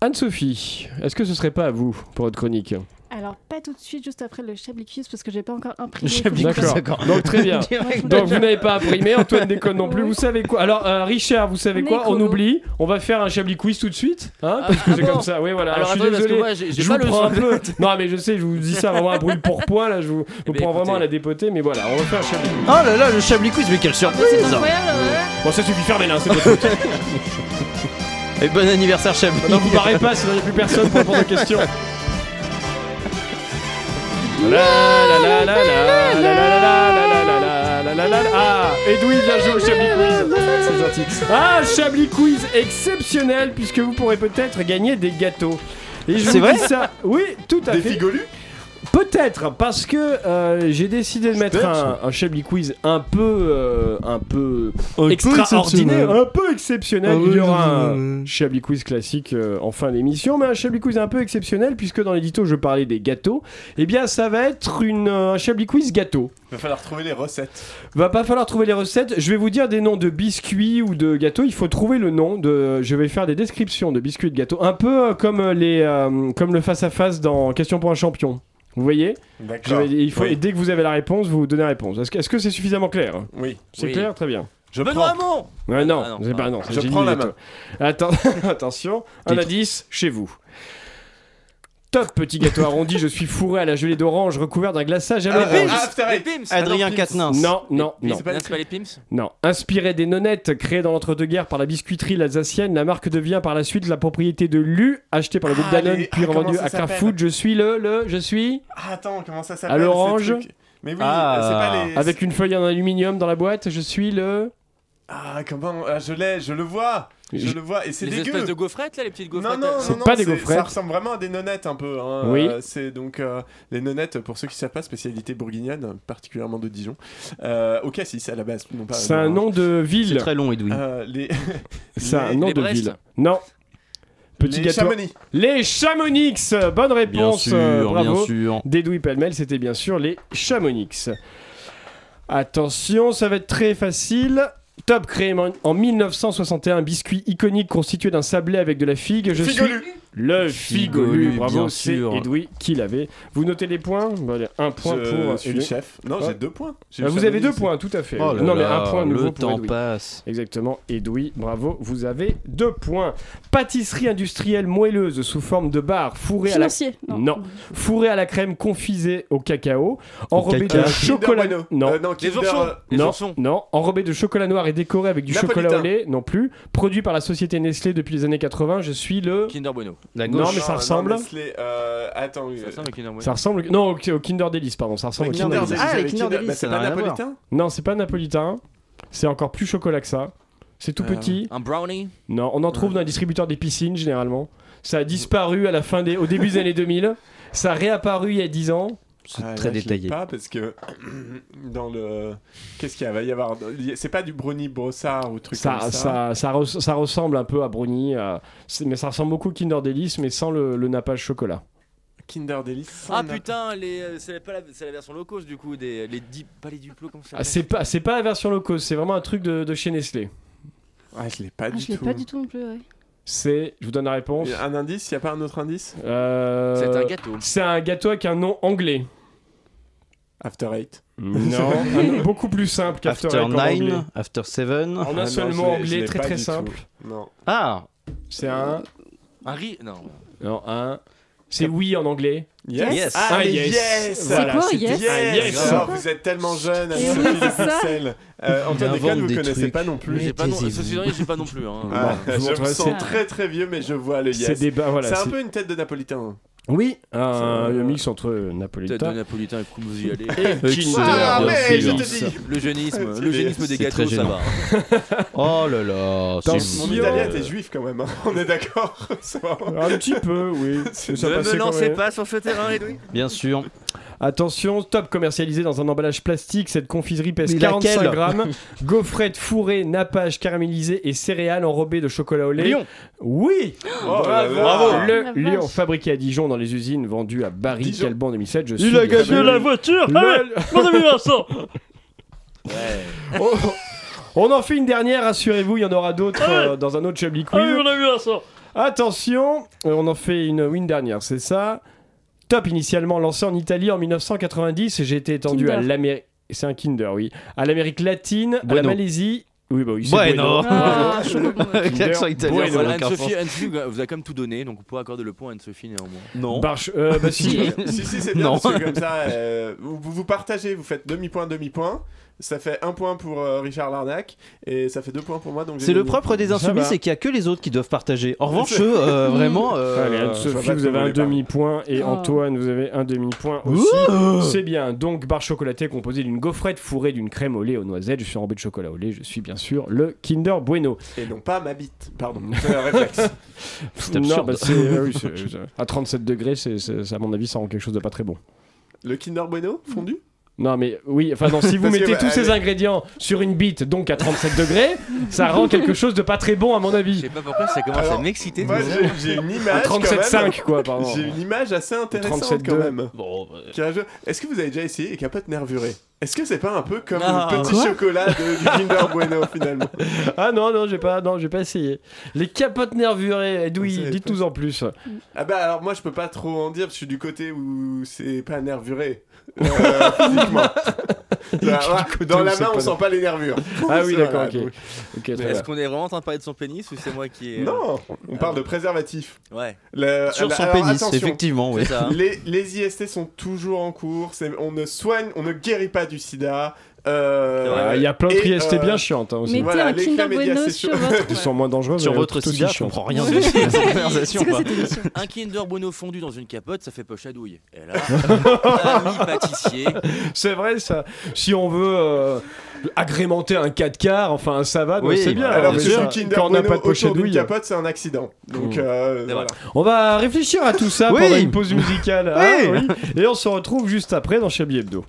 Speaker 1: Anne-Sophie, est-ce que ce serait pas à vous pour votre chronique
Speaker 2: Alors, pas tout de suite, juste après le Chablis Quiz, parce que j'ai pas encore imprimé.
Speaker 9: Chablis
Speaker 2: Faut que je-
Speaker 1: D'accord. Donc très bien.
Speaker 9: Direct.
Speaker 1: Donc vous n'avez pas imprimé, Antoine déconne non plus.
Speaker 2: Oui.
Speaker 1: Vous savez quoi Alors euh, Richard, vous savez quoi On
Speaker 2: Nécolo.
Speaker 1: oublie. On va faire un Chablis quiz tout de suite, hein
Speaker 10: Ah,
Speaker 1: Parce que
Speaker 10: ah
Speaker 1: c'est
Speaker 10: bon
Speaker 1: comme ça. Oui, voilà.
Speaker 10: Alors
Speaker 1: je suis
Speaker 10: attendez, parce que
Speaker 1: désolé.
Speaker 10: moi, j'ai j'ai
Speaker 1: je
Speaker 10: pas
Speaker 1: vous
Speaker 10: le
Speaker 1: prends un
Speaker 10: soin.
Speaker 1: peu. Non, mais je sais, je vous dis ça vraiment à brûle pour point. Là, je vous, je vous
Speaker 10: Eh ben,
Speaker 1: prends vraiment
Speaker 10: écoutez.
Speaker 1: à la dépotée. Mais voilà, on va faire un Chablis.
Speaker 9: Oh là là, le Chablis Quiz, mais quelle
Speaker 10: Ah,
Speaker 2: C'est
Speaker 9: surprise
Speaker 2: incroyable,
Speaker 10: hein.
Speaker 2: voilà.
Speaker 1: Bon, ça suffit, fermez-la, hein, c'est votre faute.
Speaker 9: Et bon anniversaire Chablis
Speaker 1: Non, vous barrez pas, sinon il n'y a plus personne pour répondre aux questions. La la la la la la la la la la la la la la la la. Ah, Edoui vient jouer au Chablis Quiz. C'est gentil. Ah, Chablis Quiz exceptionnel puisque vous pourrez peut-être gagner des gâteaux. Et je
Speaker 9: C'est
Speaker 1: vous
Speaker 9: vrai
Speaker 1: dis ça. Oui, tout à
Speaker 11: Des
Speaker 1: fait.
Speaker 11: figolus
Speaker 1: Peut-être parce que euh, j'ai décidé de mettre
Speaker 11: bête,
Speaker 1: un, un Chablis Quiz un peu euh, un peu extraordinaire,
Speaker 9: extraordinaire
Speaker 1: un peu exceptionnel.
Speaker 9: Ah oui,
Speaker 1: Il y aura
Speaker 9: oui,
Speaker 1: un
Speaker 9: oui, oui.
Speaker 1: Chablis Quiz classique euh, en fin d'émission, mais un Chablis Quiz un peu exceptionnel puisque dans l'édito je parlais des gâteaux. Eh bien, ça va être une, euh, un Chablis Quiz gâteau.
Speaker 11: Il va falloir trouver les recettes.
Speaker 1: Va pas falloir trouver les recettes. Je vais vous dire des noms de biscuits ou de gâteaux. Il faut trouver le nom. De... Je vais faire des descriptions de biscuits et de gâteaux, un peu euh, comme euh, les euh, comme le face à face dans Question pour un champion. Vous voyez Je
Speaker 11: D'accord.
Speaker 1: vais- il faut,
Speaker 11: Oui.
Speaker 1: et dès que vous avez la réponse, vous donnez la réponse. Est-ce que est-ce que c'est suffisamment clair
Speaker 11: Oui.
Speaker 1: C'est
Speaker 10: Oui.
Speaker 1: clair Très bien.
Speaker 11: Je
Speaker 10: Benoît
Speaker 11: prends.
Speaker 10: Hamon
Speaker 1: Ouais, non,
Speaker 10: Ah non,
Speaker 1: c'est pas-
Speaker 10: ah.
Speaker 1: non, c'est
Speaker 11: Je
Speaker 1: génie
Speaker 11: prends la
Speaker 1: des
Speaker 11: main.
Speaker 1: taux. Atten- attention, un
Speaker 9: Titre.
Speaker 1: indice chez vous. Top petit gâteau arrondi, je suis fourré à la gelée d'orange recouvert d'un glaçage à
Speaker 11: Ah,
Speaker 1: l'épée.
Speaker 11: ah, After
Speaker 10: Les
Speaker 11: Eight.
Speaker 10: Pims
Speaker 9: Adrien
Speaker 10: Pims.
Speaker 9: Quatennens.
Speaker 1: non, non,
Speaker 10: Les-
Speaker 1: non,
Speaker 10: C'est pas, c'est pas les Pims
Speaker 1: non. Inspiré des nonnettes créées dans l'entre-deux-guerres par la biscuiterie l'Alsacienne, la marque devient par la suite la propriété de Lu, achetée par le groupe
Speaker 11: Ah,
Speaker 1: Danone,
Speaker 11: les-
Speaker 1: puis
Speaker 11: ah, comment
Speaker 1: revendue
Speaker 11: ça
Speaker 1: à Kraft
Speaker 11: s'appelle
Speaker 1: Food. Je suis le, le, je suis
Speaker 11: Ah, attends, comment ça s'appelle
Speaker 1: À l'orange.
Speaker 11: ces trucs Mais oui,
Speaker 9: Ah.
Speaker 11: euh, c'est pas les.
Speaker 1: avec une feuille en aluminium dans la boîte. Je suis le.
Speaker 11: Ah, comment ah, Je l'ai, je le vois. Je
Speaker 1: Je-
Speaker 11: le vois. Et c'est
Speaker 10: Les
Speaker 11: dégueu.
Speaker 10: espèces de gaufrettes là, les petites
Speaker 11: Non,
Speaker 10: gaufrettes
Speaker 11: non, non,
Speaker 1: C'est
Speaker 11: non,
Speaker 1: pas des
Speaker 11: c'est-
Speaker 1: gaufrettes.
Speaker 11: Ça ressemble vraiment à des nonnettes un peu. hein.
Speaker 1: Oui.
Speaker 11: Euh, c'est donc euh, les nonnettes, pour ceux qui ne savent pas, spécialité bourguignonne, particulièrement de Dijon. Euh, au cassis à la base, non pas.
Speaker 1: C'est un nom de
Speaker 9: C'est
Speaker 1: ville.
Speaker 9: très long, Edoui.
Speaker 11: Euh, les
Speaker 1: C'est un
Speaker 11: les-
Speaker 1: nom
Speaker 10: les
Speaker 1: de
Speaker 10: Brest.
Speaker 1: ville. Non. Petit
Speaker 11: les
Speaker 1: gâteau.
Speaker 11: Chamonix.
Speaker 1: Les Chamonix Bonne
Speaker 9: Bien
Speaker 1: réponse,
Speaker 9: sûr,
Speaker 1: euh, bravo.
Speaker 9: bien sûr.
Speaker 1: Dédouille Pellemel, c'était bien sûr les Chamonix. Attention, ça va être très facile. Top créé en- en 1961, un biscuit iconique constitué d'un sablé avec de la figue. Je
Speaker 11: Figolu.
Speaker 1: suis le
Speaker 9: Figolu,
Speaker 1: figolu. Bravo,
Speaker 9: bien
Speaker 1: c'est
Speaker 9: sûr.
Speaker 1: Edoui qui l'avait. Vous notez les points Voilà, Un point
Speaker 11: je
Speaker 1: pour
Speaker 11: suis
Speaker 1: Edoui.
Speaker 11: chef. Non,
Speaker 1: Ouais.
Speaker 11: j'ai deux points. J'ai
Speaker 1: Ah,
Speaker 11: le
Speaker 1: vous avez
Speaker 11: Chamonix
Speaker 1: deux
Speaker 11: aussi.
Speaker 1: points, tout à fait.
Speaker 9: Oh là
Speaker 1: non, mais
Speaker 9: là,
Speaker 1: un point nouveau
Speaker 9: le
Speaker 1: pour
Speaker 9: temps
Speaker 1: Edoui.
Speaker 9: passe.
Speaker 1: Exactement, Edoui, bravo, vous avez deux points. Pâtisserie industrielle moelleuse sous forme de barre fourrée à la,
Speaker 2: Financier.
Speaker 1: Non. fourrée à la crème confisée au cacao, enrobée de
Speaker 9: cacao.
Speaker 11: Kinder
Speaker 1: chocolat.
Speaker 11: Bueno.
Speaker 1: Non.
Speaker 11: Euh, non,
Speaker 10: Les
Speaker 11: Kinder,
Speaker 10: oursons.
Speaker 11: euh,
Speaker 10: Les
Speaker 1: non,
Speaker 10: oursons.
Speaker 1: non, enrobée de chocolat noir et décorée avec du
Speaker 11: Napolitain.
Speaker 1: chocolat au lait, non plus. Produit par la société Nestlé depuis les années 80, je suis le.
Speaker 10: Kinder Bueno.
Speaker 9: La
Speaker 1: Non,
Speaker 9: gauche.
Speaker 1: mais ça ressemble.
Speaker 11: Ah, Nestlé, euh, attends, oui,
Speaker 10: Ça
Speaker 11: euh,
Speaker 10: ressemble à Kinder Bueno.
Speaker 1: Ça ressemble. Non, au, au Kinder Delice, pardon, ça ressemble
Speaker 11: ouais,
Speaker 1: au
Speaker 11: Kinder
Speaker 1: Kinder
Speaker 11: Delice.
Speaker 1: Delice.
Speaker 9: Ah, les
Speaker 11: avec
Speaker 9: Kinder Delice,
Speaker 11: bah, c'est
Speaker 9: ça n'a
Speaker 11: pas
Speaker 9: rien à voir.
Speaker 11: napolitain
Speaker 1: Non, c'est pas napolitain. C'est encore plus chocolat que ça. C'est tout
Speaker 11: Euh,
Speaker 1: petit.
Speaker 10: Un brownie
Speaker 1: Non, on en trouve dans les distributeurs des piscines généralement. Ça a disparu à la fin des, au début des années 2000. Ça a réapparu il y a 10 ans.
Speaker 9: C'est
Speaker 11: Ah,
Speaker 9: très
Speaker 11: là, je l'ai
Speaker 9: détaillé.
Speaker 11: Pas parce que dans le qu'est-ce qu'il y a va y avoir c'est pas du brownie brossard ou truc
Speaker 1: Ça,
Speaker 11: comme
Speaker 1: ça.
Speaker 11: ça.
Speaker 1: ça res- ça ressemble un peu à Brownie, à- c'est- mais ça ressemble beaucoup au Kinder Delice, mais sans le, le nappage chocolat.
Speaker 11: Kinder Delice.
Speaker 10: Ah
Speaker 11: putain
Speaker 10: putain, les, euh, c'est pas la, c'est la version low cost du coup, des, euh, les dip, pas les duplos comme ça.
Speaker 1: Ah, c'est pas, c'est pas la version low cost, c'est vraiment un truc de, de chez Nestlé.
Speaker 11: Ah, je l'ai pas
Speaker 2: Ah,
Speaker 11: du
Speaker 2: je l'ai
Speaker 11: tout.
Speaker 2: pas du tout non plus, ouais.
Speaker 1: C'est, je vous donne la réponse.
Speaker 11: Il y a Un indice, il y a pas un autre indice
Speaker 1: Euh,
Speaker 10: C'est un gâteau.
Speaker 1: c'est un gâteau avec un nom anglais.
Speaker 11: After Eight.
Speaker 1: Non, un nom beaucoup plus simple qu'After
Speaker 9: After
Speaker 1: Eight en anglais.
Speaker 9: 9, After 7.
Speaker 1: En
Speaker 11: Ah,
Speaker 1: un
Speaker 11: non,
Speaker 1: seul
Speaker 11: je
Speaker 1: mot
Speaker 11: l'ai- je
Speaker 1: anglais,
Speaker 11: l'ai
Speaker 1: très
Speaker 11: pas
Speaker 1: très
Speaker 11: du
Speaker 1: simple.
Speaker 11: tout. Non.
Speaker 9: Ah,
Speaker 1: C'est un.
Speaker 10: Un riz Non.
Speaker 1: Non, un. C'est oui en anglais.
Speaker 11: Yes.
Speaker 9: Yes.
Speaker 11: Ah,
Speaker 1: Un
Speaker 11: mais
Speaker 1: yes.
Speaker 11: yes.
Speaker 2: C'est
Speaker 1: Voilà,
Speaker 2: quoi,
Speaker 1: c'était-
Speaker 2: yes
Speaker 10: Ah,
Speaker 1: un
Speaker 11: Yes.
Speaker 1: yes.
Speaker 11: Alors, vous êtes tellement jeune,
Speaker 2: Et oui,
Speaker 11: Anne-Sophie
Speaker 2: c'est ça.
Speaker 11: Dupucel. Euh, Antoine
Speaker 9: Il
Speaker 11: Déconne,
Speaker 9: invente
Speaker 11: vous
Speaker 9: des
Speaker 11: connaissez
Speaker 9: trucs.
Speaker 11: pas non plus.
Speaker 9: Mais
Speaker 10: J'ai pas non,
Speaker 9: taisez-vous.
Speaker 10: ce souvenir, j'ai pas non plus. Hein.
Speaker 11: Ah,
Speaker 1: vous
Speaker 11: je me
Speaker 1: montrez-
Speaker 11: sens très très vieux, mais je vois le
Speaker 1: C'est
Speaker 11: yes.
Speaker 1: des. bah, voilà,
Speaker 11: C'est un
Speaker 1: c'est-
Speaker 10: Ah,
Speaker 11: peu une tête de napolitain.
Speaker 1: Oui, un,
Speaker 11: euh,
Speaker 10: C'est-
Speaker 1: un mix entre
Speaker 10: Tête de
Speaker 1: Napolitain.
Speaker 10: Napolitain et comment vous y allez
Speaker 1: Et Kinder
Speaker 10: Ah,
Speaker 1: de
Speaker 10: mais je te
Speaker 1: Provence.
Speaker 10: dis Le jeunisme,
Speaker 11: C'est
Speaker 10: le
Speaker 11: des-
Speaker 10: jeunisme des
Speaker 9: c'est très
Speaker 10: gâteaux, ça
Speaker 9: gênant.
Speaker 10: va.
Speaker 9: Oh là là,
Speaker 1: Dans
Speaker 9: c'est-
Speaker 1: mon
Speaker 11: Mon
Speaker 1: Yo.
Speaker 11: italien était juif quand même, hein. on est d'accord. C'est vraiment-
Speaker 1: Un petit peu, oui. Ça
Speaker 10: ne
Speaker 1: passait
Speaker 10: me
Speaker 1: quand
Speaker 10: lancez
Speaker 1: même.
Speaker 10: pas sur ce terrain, Edoui
Speaker 9: bien sûr.
Speaker 1: Attention, top commercialisé dans un emballage plastique, cette confiserie pèse
Speaker 9: Mais
Speaker 1: 45
Speaker 9: laquelle
Speaker 1: grammes. Gaufrettes fourrées, nappages caramélisées et céréales enrobées de chocolat au lait.
Speaker 10: Lyon.
Speaker 1: Oui
Speaker 11: Oh là là.
Speaker 1: Le
Speaker 2: La
Speaker 1: Lyon
Speaker 2: vache.
Speaker 1: fabriqué à Dijon dans les usines, vendu à Barry
Speaker 11: Dijon.
Speaker 1: Calban en 2007. Je
Speaker 9: Il a
Speaker 1: bien
Speaker 9: gagné
Speaker 1: sûr.
Speaker 9: la
Speaker 1: voiture Mon ami Vincent Oh, On en fait une dernière, rassurez-vous, il y en aura d'autres euh, dans un autre Chablis Quiz. Attention, euh, on en fait une, oui, une dernière, c'est ça. Top initialement lancé en Italie en 1990, j'ai été étendu à
Speaker 2: Kinder.
Speaker 1: l'Amérique. C'est un Kinder, oui. À l'Amérique latine, à la
Speaker 9: Bueno.
Speaker 1: Malaisie. Oui, bah oui, c'est
Speaker 9: Bueno.
Speaker 2: Ah, je
Speaker 9: Avec l'accent italien,
Speaker 1: Bueno.
Speaker 9: ça n'a
Speaker 10: Voilà,
Speaker 9: aucun
Speaker 10: Anne-Sophie,
Speaker 9: sens.
Speaker 10: Anne-Sophie, vous a- vous a quand même tout donné, donc vous pouvez accorder le point à Anne-Sophie néanmoins.
Speaker 9: Non.
Speaker 1: Barche- euh, bah si.
Speaker 11: si, si, c'est bien,
Speaker 9: Non.
Speaker 11: parce que comme ça, euh, vous, vous vous partagez, vous faites demi-point, demi-point. Ça fait un point pour euh, Richard Larnac et ça fait deux points pour moi. donc j'ai
Speaker 9: C'est le
Speaker 11: gagné.
Speaker 9: propre des insoumis,
Speaker 11: va.
Speaker 9: c'est qu'il n'y a que les autres qui doivent partager. En revanche, eux, euh, vraiment. euh,
Speaker 1: Allez,
Speaker 11: je vois
Speaker 1: Anne-Sophie,
Speaker 11: pas
Speaker 1: vous
Speaker 11: comment
Speaker 1: avez un
Speaker 11: les parler.
Speaker 1: demi-point et
Speaker 2: Oh.
Speaker 1: Antoine, vous avez un demi-point aussi.
Speaker 9: Ouh
Speaker 1: C'est bien. Donc, barre chocolatée composée d'une gaufrette fourrée d'une crème au lait aux noisettes. Je suis enrobé de chocolat au lait. Je suis bien sûr le Kinder Bueno.
Speaker 11: Et non pas ma bite, pardon. C'est un réflexe.
Speaker 9: C'est absurde.
Speaker 1: bah, c'est- euh, oui, c'est- c'est- à 37 degrés, c'est, c'est- c'est- à mon avis, ça rend quelque chose de pas très bon.
Speaker 11: Le Kinder Bueno fondu
Speaker 1: Non, mais oui, enfin, non, si vous
Speaker 11: Parce que,
Speaker 1: mettez
Speaker 11: bah,
Speaker 1: tous ces
Speaker 11: allez.
Speaker 1: ingrédients sur une bite, donc à 37 degrés, ça rend quelque chose de pas très bon, à mon
Speaker 10: Je
Speaker 1: avis.
Speaker 10: sais pas pourquoi ça commence
Speaker 11: Alors,
Speaker 10: à m'exciter.
Speaker 11: Moi
Speaker 10: de nouveau.
Speaker 11: j'ai- j'ai une image. quand même.
Speaker 1: 37,5, quoi, pardon.
Speaker 11: J'ai une image assez intéressante
Speaker 1: 37,2.
Speaker 11: quand même.
Speaker 9: Bon, bah,
Speaker 11: Qui est un jeu- Est-ce que vous avez déjà essayé et qu'un pote nervuré Est-ce que c'est pas un peu comme
Speaker 10: Ah,
Speaker 11: le petit
Speaker 9: quoi
Speaker 11: chocolat de- du Kinder Bueno finalement
Speaker 1: Ah non, non, j'ai pas, non, j'ai pas essayé. Les capotes nervurées, Edoui,
Speaker 11: C'est-
Speaker 1: dites-nous en plus.
Speaker 11: Ah bah alors moi je peux pas trop en dire, je suis du côté où c'est pas nervuré. Euh, physiquement. Bah, Voilà,
Speaker 1: côté
Speaker 11: dans
Speaker 1: où
Speaker 11: la
Speaker 1: c'est
Speaker 11: main
Speaker 1: pas
Speaker 11: on sent pas les nervures.
Speaker 1: Ah oui,
Speaker 11: Voilà,
Speaker 1: d'accord, ok.
Speaker 11: donc-
Speaker 1: Ok, très bien.
Speaker 10: Est-ce qu'on est vraiment en train de parler de son pénis ou c'est moi qui ai. euh,
Speaker 11: Non, on parle de préservatif.
Speaker 10: Ouais.
Speaker 11: Le-
Speaker 9: Sur
Speaker 11: la-
Speaker 9: son
Speaker 11: alors,
Speaker 9: pénis,
Speaker 11: attention,
Speaker 9: effectivement, oui.
Speaker 10: C'est ça. hein.
Speaker 11: Les, les IST sont toujours en cours, c'est- on ne soigne, on ne guérit pas du sida. euh,
Speaker 10: C'est
Speaker 1: Ah, Il
Speaker 10: vrai,
Speaker 1: y a plein de
Speaker 11: et,
Speaker 1: IST bien
Speaker 11: euh,
Speaker 1: chiantes hein, aussi.
Speaker 2: Mettez
Speaker 11: Voilà,
Speaker 2: un
Speaker 11: les
Speaker 2: Kinder
Speaker 11: crèmes et des
Speaker 2: Bueno
Speaker 11: assez
Speaker 2: sur
Speaker 11: chauds.
Speaker 1: Ils
Speaker 2: votre.
Speaker 1: sont moins dangereux.
Speaker 9: Sur
Speaker 1: mais
Speaker 9: votre
Speaker 1: tout aussi
Speaker 9: sida, je
Speaker 1: chiants.
Speaker 11: Oh,
Speaker 9: comprends rien de cette conversation.
Speaker 2: C'est quoi
Speaker 9: quoi.
Speaker 2: cette émission
Speaker 10: Un Kinder Bueno fondu dans une capote, ça fait poche à douille. Et là, ami pâtissier.
Speaker 1: C'est vrai ça. Si on veut euh, agrémenter un 4 quarts, enfin un savane,
Speaker 9: Oui,
Speaker 1: Ah,
Speaker 9: bah,
Speaker 1: c'est bien. hein,
Speaker 9: voilà,
Speaker 11: Alors
Speaker 1: mais
Speaker 11: que
Speaker 9: bien
Speaker 1: ça,
Speaker 11: le Kinder
Speaker 1: quand on n'a
Speaker 11: Bueno
Speaker 1: pas de hein. pochette
Speaker 11: autour d'une
Speaker 1: douille,
Speaker 11: capote, c'est un accident. Donc
Speaker 1: Mmh.
Speaker 11: euh,
Speaker 10: C'est
Speaker 11: voilà.
Speaker 1: on va réfléchir à tout ça
Speaker 9: Oui.
Speaker 1: pendant une pause musicale. hein,
Speaker 9: Oui.
Speaker 1: oui. Et on se retrouve juste après dans Chablis Hebdo.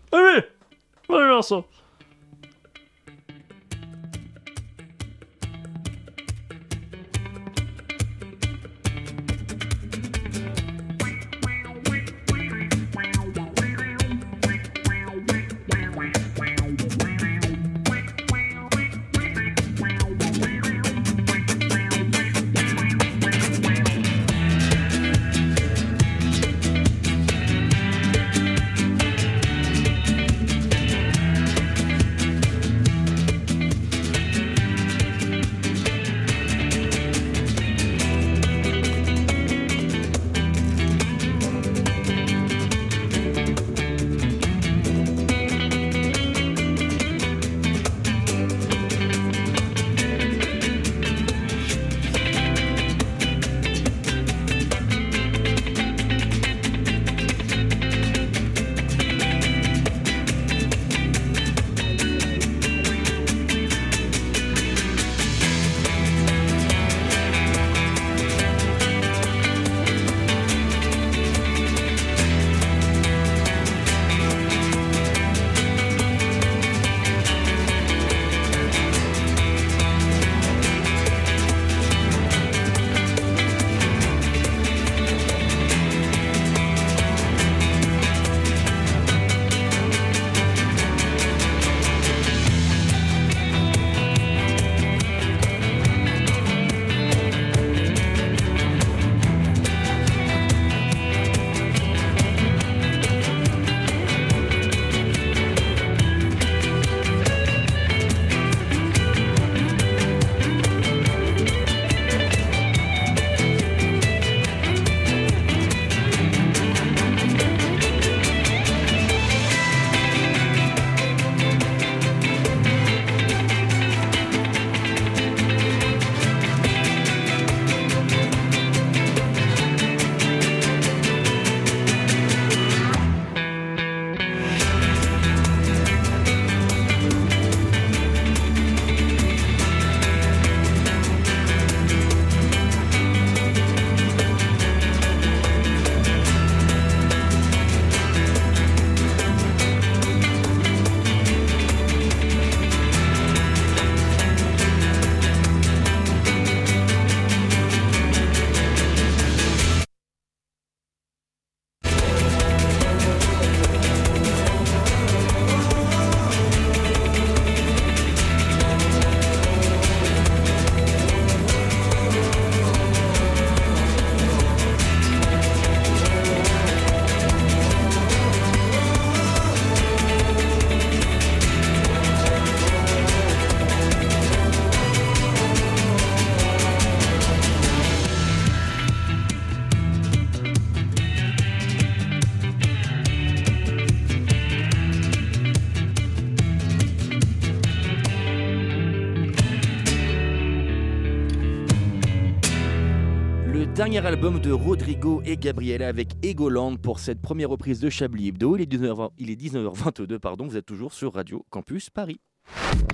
Speaker 10: dernier album de Rodrigo et Gabriela avec Egoland pour cette première reprise de Chablis Hebdo. Il est 19h, il est 19h22, pardon, vous êtes toujours sur Radio Campus Paris.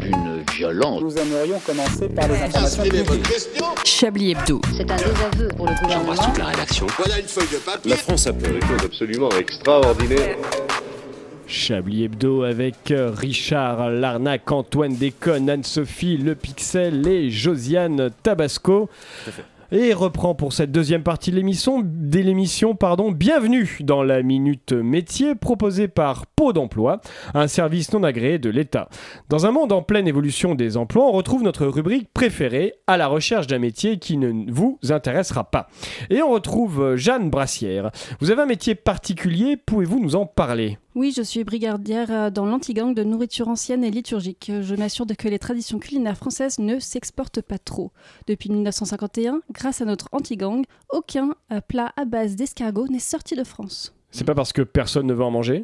Speaker 3: Une violence.
Speaker 6: Nous aimerions commencer par les informations privées.
Speaker 8: Chablis Hebdo.
Speaker 7: C'est un désaveu pour le gouvernement.
Speaker 3: la rédaction.
Speaker 4: Voilà une feuille de papier.
Speaker 3: La France a fait des choses absolument extraordinaires.
Speaker 1: Chablis Hebdo avec euh, Richard Larnac, Antoine Déconne, Anne-Sophie Le Pixel et Josiane Tabasco. Et reprend pour cette deuxième partie de l'émission, de l'émission, pardon, bienvenue dans la Minute Métier proposée par Pau d'Emploi, un service non agréé de l'État. Dans un monde en pleine évolution des emplois, on retrouve notre rubrique préférée à la recherche d'un métier qui ne vous intéressera pas. Et on retrouve euh, Jeanne Brassière. Vous avez un métier particulier, pouvez-vous nous en parler
Speaker 2: Oui, je suis brigardière euh, dans l'antigang de nourriture ancienne et liturgique. Je m'assure de que les traditions culinaires françaises ne s'exportent pas trop. Depuis 1951, grâce à notre antigang, aucun euh, plat à base d'escargot n'est sorti de France.
Speaker 1: C'est pas parce que personne ne veut en manger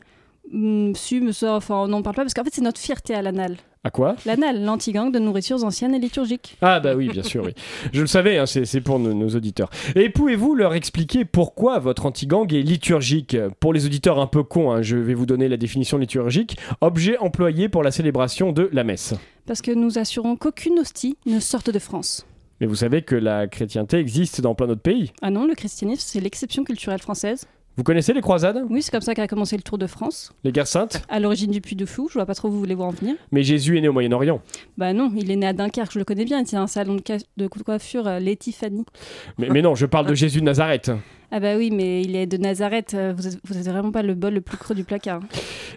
Speaker 2: Hmm, si, mais ça, enfin, on n'en parle pas parce qu'en fait, c'est notre fierté à l'anal.
Speaker 1: À quoi
Speaker 2: L'anal, l'antigang de nourritures anciennes et liturgiques.
Speaker 1: Ah bah oui, bien sûr, oui. Je le savais, hein, c'est c'est pour nos, nos auditeurs. Et pouvez-vous leur expliquer pourquoi votre anti-gang est liturgique Pour les auditeurs un peu cons, hein, je vais vous donner la définition de liturgique. Objet employé pour la célébration de la messe.
Speaker 2: Parce que nous assurons qu'aucune hostie ne sorte de France.
Speaker 1: Mais vous savez que la chrétienté existe dans plein d'autres pays.
Speaker 2: Ah non, le christianisme, c'est l'exception culturelle française.
Speaker 1: Vous connaissez les croisades
Speaker 2: Oui, c'est comme ça qu'a commencé le Tour de France.
Speaker 1: Les guerres saintes
Speaker 2: À l'origine du Puy de Fou, je vois pas trop où vous voulez vous en venir.
Speaker 1: Mais Jésus est né au Moyen-Orient.
Speaker 2: Bah non, il est né à Dunkerque, je le connais bien. Il tient un salon de, ca- de coiffure, euh, les Tiffany.
Speaker 1: Mais, mais non, je parle de Jésus de Nazareth.
Speaker 2: Ah bah oui, mais il est de Nazareth. euh, Vous êtes, vous êtes vraiment pas le bol le plus creux du placard. hein.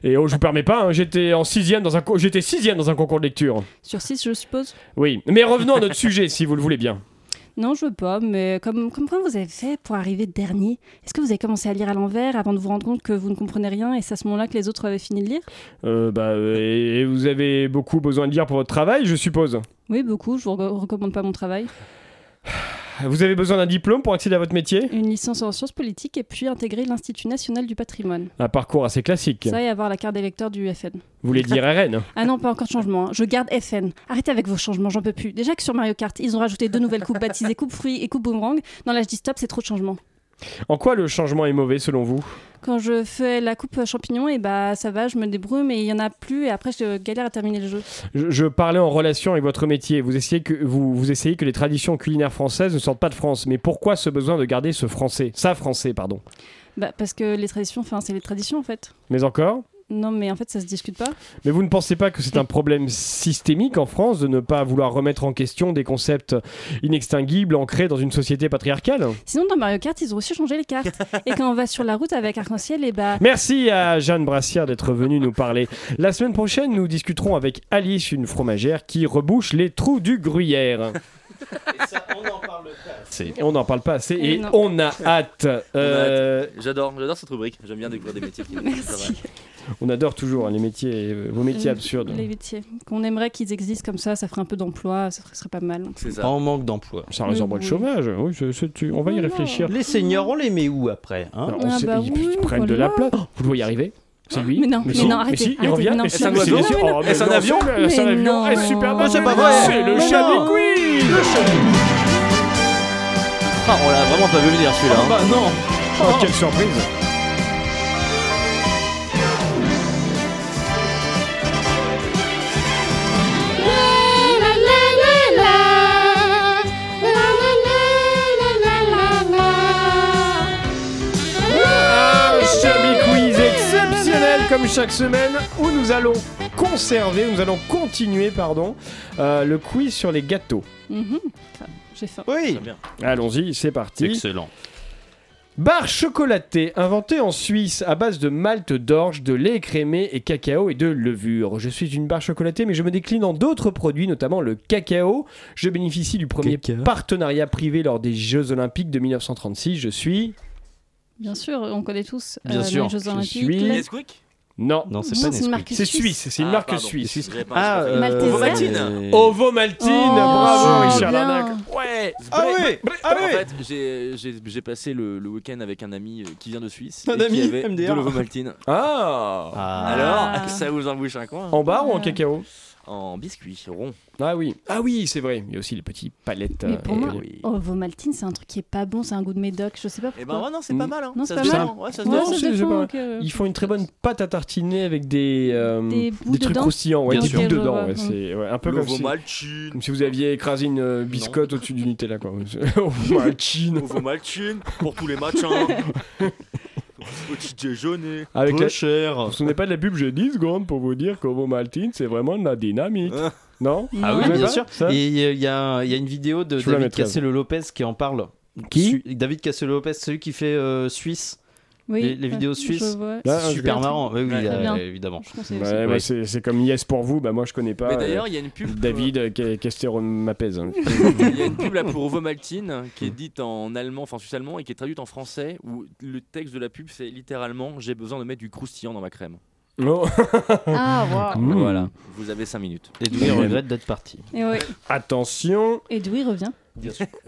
Speaker 1: Et oh, je vous permets pas, hein, j'étais en sixième dans un co- j'étais sixième dans un concours de lecture.
Speaker 2: Sur 6, je suppose
Speaker 1: Oui. Mais revenons à notre sujet, si vous le voulez bien.
Speaker 2: Non, je veux pas, mais comme, comme quand vous avez fait pour arriver dernier Est-ce que vous avez commencé à lire à l'envers avant de vous rendre compte que vous ne comprenez rien et c'est à ce moment-là que les autres avaient fini de lire
Speaker 1: Euh, bah, euh, et, et vous avez beaucoup besoin de lire pour votre travail, je suppose.
Speaker 2: Oui, beaucoup, je vous re- recommande pas mon travail.
Speaker 1: Vous avez besoin d'un diplôme pour accéder à votre métier
Speaker 2: Une licence en sciences politiques et puis intégrer l'Institut national du patrimoine.
Speaker 1: Un parcours assez classique.
Speaker 2: Ça et avoir la carte d'électeur du FN.
Speaker 1: Vous voulez dire RN
Speaker 2: Ah non, pas encore de changement. hein. Je garde FN. Arrêtez avec vos changements, j'en peux plus. Déjà que sur Mario Kart, ils ont rajouté deux nouvelles coupes baptisées coupe fruits et coupe boomerang. Non, là, je dis stop, c'est trop de changements.
Speaker 1: En quoi le changement est mauvais selon vous
Speaker 2: Quand je fais la coupe champignon, et bah ça va, je me débrouille, mais il y en a plus et après je galère à terminer le jeu.
Speaker 1: je, je parlais en relation avec votre métier. Vous essayez, que, vous, vous essayez que les traditions culinaires françaises ne sortent pas de France. Mais pourquoi ce besoin de garder ce français Ça français, pardon.
Speaker 2: Bah parce que les traditions, enfin c'est les traditions en fait.
Speaker 1: Mais encore
Speaker 2: Non, mais en fait ça se discute pas.
Speaker 1: Mais vous ne pensez pas que c'est un problème systémique en France de ne pas vouloir remettre en question des concepts inextinguibles ancrés dans une société patriarcale
Speaker 2: Sinon dans Mario Kart, ils ont aussi changé les cartes. et quand on va sur la route avec arc-en-ciel, et bah
Speaker 1: Merci à Jeanne Brassière d'être venue nous parler. La semaine prochaine, nous discuterons avec Alice, une fromagère qui rebouche les trous du gruyère. Et on n'en parle pas assez.
Speaker 2: Eh
Speaker 1: Et
Speaker 2: non.
Speaker 1: on a hâte. Euh,
Speaker 10: J'adore, j'adore cette rubrique. J'aime bien découvrir des métiers qui
Speaker 2: merci.
Speaker 1: on adore toujours hein, les métiers, euh, vos métiers
Speaker 2: Euh,
Speaker 1: absurdes.
Speaker 2: Les métiers. Qu'on aimerait qu'ils existent comme ça, ça ferait un peu d'emploi, ça ferait- serait pas mal.
Speaker 10: C'est
Speaker 9: Pas en manque d'emploi.
Speaker 1: Ça résorbe
Speaker 2: Oui,
Speaker 1: le
Speaker 2: oui.
Speaker 1: chômage. Oui, c'est- c'est- tu- on va y
Speaker 2: Oh là.
Speaker 1: réfléchir.
Speaker 9: Les seniors, on les met où après hein
Speaker 1: Alors,
Speaker 2: Ah
Speaker 1: on sait-
Speaker 2: bah
Speaker 1: ils,
Speaker 2: oui,
Speaker 1: ils prennent de la place.
Speaker 2: voilà. Ah,
Speaker 1: Oh, vous devez y arriver. C'est lui.
Speaker 2: Mais non, mais
Speaker 1: si,
Speaker 2: non, arrêtez,
Speaker 1: si, il
Speaker 2: arrêtez,
Speaker 1: revient.
Speaker 2: mais non.
Speaker 1: Mais
Speaker 2: Est-ce
Speaker 1: si,
Speaker 10: un
Speaker 1: mais si,
Speaker 10: oiseau
Speaker 1: si. Oh, mais
Speaker 10: Est-ce un
Speaker 1: non,
Speaker 10: avion
Speaker 1: c'est le- C'est un
Speaker 2: Mais
Speaker 1: avion.
Speaker 2: non.
Speaker 1: Est-ce Eh, Superman
Speaker 2: C'est
Speaker 9: Ah, pas vrai.
Speaker 1: C'est le
Speaker 2: Mais
Speaker 1: Chablis
Speaker 2: non.
Speaker 1: Quiz
Speaker 10: Ah, on l'a vraiment pas vu venir celui-là. hein.
Speaker 9: bah non
Speaker 1: Oh, quelle surprise Un Chablis Quiz exceptionnel comme chaque semaine où nous allons conserver, nous allons continuer, pardon, euh, le quiz sur les gâteaux.
Speaker 2: Mhm. Enfin, J'ai faim.
Speaker 9: Oui
Speaker 1: Allons-y, c'est parti.
Speaker 9: Excellent.
Speaker 1: Bar chocolaté, inventé en Suisse à base de malt d'orge, de lait écrémé et cacao et de levure. Je suis une barre chocolatée, mais je me décline en d'autres produits, notamment le cacao. Je bénéficie du premier
Speaker 9: Cacao.
Speaker 1: partenariat privé lors des Jeux Olympiques de 1936. Je suis.
Speaker 2: Bien sûr, on connaît tous
Speaker 9: Bien
Speaker 2: euh,
Speaker 9: sûr,
Speaker 2: les Jeux
Speaker 1: je
Speaker 2: Olympiques.
Speaker 1: suis-
Speaker 2: la-
Speaker 10: Nesquik
Speaker 1: Non.
Speaker 9: Non, c'est
Speaker 2: Non,
Speaker 9: pas
Speaker 2: c'est une marque
Speaker 9: Nesquik.
Speaker 1: C'est suisse, c'est une
Speaker 10: Ah,
Speaker 1: marque
Speaker 10: pardon.
Speaker 1: suisse.
Speaker 10: J'avais pas-
Speaker 9: Ah,
Speaker 10: j'avais pas-
Speaker 9: euh,
Speaker 2: Maltese.
Speaker 10: Ovomaltine.
Speaker 1: Ovo Maltine,
Speaker 2: Oh,
Speaker 1: bravo Richard
Speaker 2: bien.
Speaker 1: Larnac.
Speaker 10: Ouais
Speaker 9: Ah oui Ah
Speaker 10: En
Speaker 9: oui
Speaker 10: fait, j'ai- j'ai j'ai passé le, le week-end avec un ami euh, qui vient de Suisse.
Speaker 9: Un
Speaker 10: et
Speaker 9: ami
Speaker 10: qui avait
Speaker 9: MDR.
Speaker 10: de l'Ovomaltine.
Speaker 1: Ah
Speaker 9: Ah.
Speaker 10: Alors, ça vous embouche un coin. hein
Speaker 2: Euh,
Speaker 1: En barre ou en cacao
Speaker 10: en biscuits ronds.
Speaker 1: Ah oui, ah oui, c'est vrai. Il y a aussi les petits palettes.
Speaker 2: Mais
Speaker 1: euh,
Speaker 2: pour
Speaker 1: et-
Speaker 2: moi,
Speaker 10: oui.
Speaker 2: Oh, Vomaltine, c'est un truc qui est pas bon, c'est un goût de médoc, je sais pas
Speaker 10: Et
Speaker 2: pourquoi.
Speaker 10: ben ouais, non, c'est
Speaker 1: Mm.
Speaker 10: pas mal. Hein.
Speaker 2: Non,
Speaker 10: ça
Speaker 2: c'est
Speaker 10: se
Speaker 2: pas
Speaker 10: défend, ouais, ça se
Speaker 1: Non,
Speaker 10: défend.
Speaker 2: ça
Speaker 1: c'est-
Speaker 2: se
Speaker 1: je sais
Speaker 2: défend,
Speaker 1: pas.
Speaker 2: donc, euh,
Speaker 1: Ils font une très bonne pâte à tartiner avec des, euh,
Speaker 2: Des bouts
Speaker 1: trucs
Speaker 2: dedans
Speaker 1: croustillants, ouais,
Speaker 9: Bien
Speaker 1: des
Speaker 9: sûr.
Speaker 1: bouts
Speaker 2: Ok, je
Speaker 1: dedans.
Speaker 2: vois.
Speaker 1: ouais, c'est ouais, un peu
Speaker 10: Le
Speaker 1: comme si,
Speaker 10: Vomaltine.
Speaker 1: comme si vous aviez écrasé une euh, biscotte au-dessus du Nutella. Quoi. Oh, ma chine.
Speaker 10: Nouveau Maltine pour tous les matins. Petit déjeuner.
Speaker 1: Avec
Speaker 9: Peu
Speaker 1: la...
Speaker 9: cher.
Speaker 1: Ce n'est pas de la pub, j'ai 10 secondes pour vous dire que vos Maltines, c'est vraiment de la dynamite. non
Speaker 9: Ah oui,
Speaker 1: Vous avez
Speaker 9: bien
Speaker 1: pas
Speaker 9: sûr.
Speaker 1: ça
Speaker 9: Et il y, a- il y a il y a une vidéo de
Speaker 1: Je vous la
Speaker 9: David
Speaker 1: mettrai.
Speaker 9: Castello-Lopez qui en parle.
Speaker 1: Qui
Speaker 9: Su- David Castello-Lopez, celui qui fait euh, Suisse.
Speaker 2: Oui,
Speaker 9: les- les
Speaker 2: ouais,
Speaker 9: vidéos
Speaker 2: je
Speaker 9: suisses.
Speaker 2: vois.
Speaker 1: Là,
Speaker 9: C'est
Speaker 1: je
Speaker 9: super
Speaker 2: vais-
Speaker 9: marrant. Oui, oui,
Speaker 10: Ouais.
Speaker 9: euh,
Speaker 2: Très bien.
Speaker 9: évidemment.
Speaker 2: Je conseille
Speaker 1: Ouais,
Speaker 2: aussi.
Speaker 1: bah,
Speaker 9: Ouais.
Speaker 1: c'est c'est comme Yes pour vous, bah moi je connais pas.
Speaker 10: Mais
Speaker 1: euh,
Speaker 10: d'ailleurs, il y a une pub.
Speaker 1: David euh, Ca- Castero m'apaise. hein.
Speaker 10: Il y a une pub là pour Vomaltine qui est dite en allemand, enfin suisse-allemand, et qui est traduite en français, où le texte de la pub c'est littéralement J'ai besoin de mettre du croustillant dans ma crème.
Speaker 1: Oh.
Speaker 7: Ah, wow.
Speaker 1: Mm.
Speaker 10: Mmh. Voilà, vous avez 5 minutes.
Speaker 9: Et lui, il regrette d'être parti.
Speaker 2: Et, ouais.
Speaker 1: Attention,
Speaker 2: Et Dewey revient.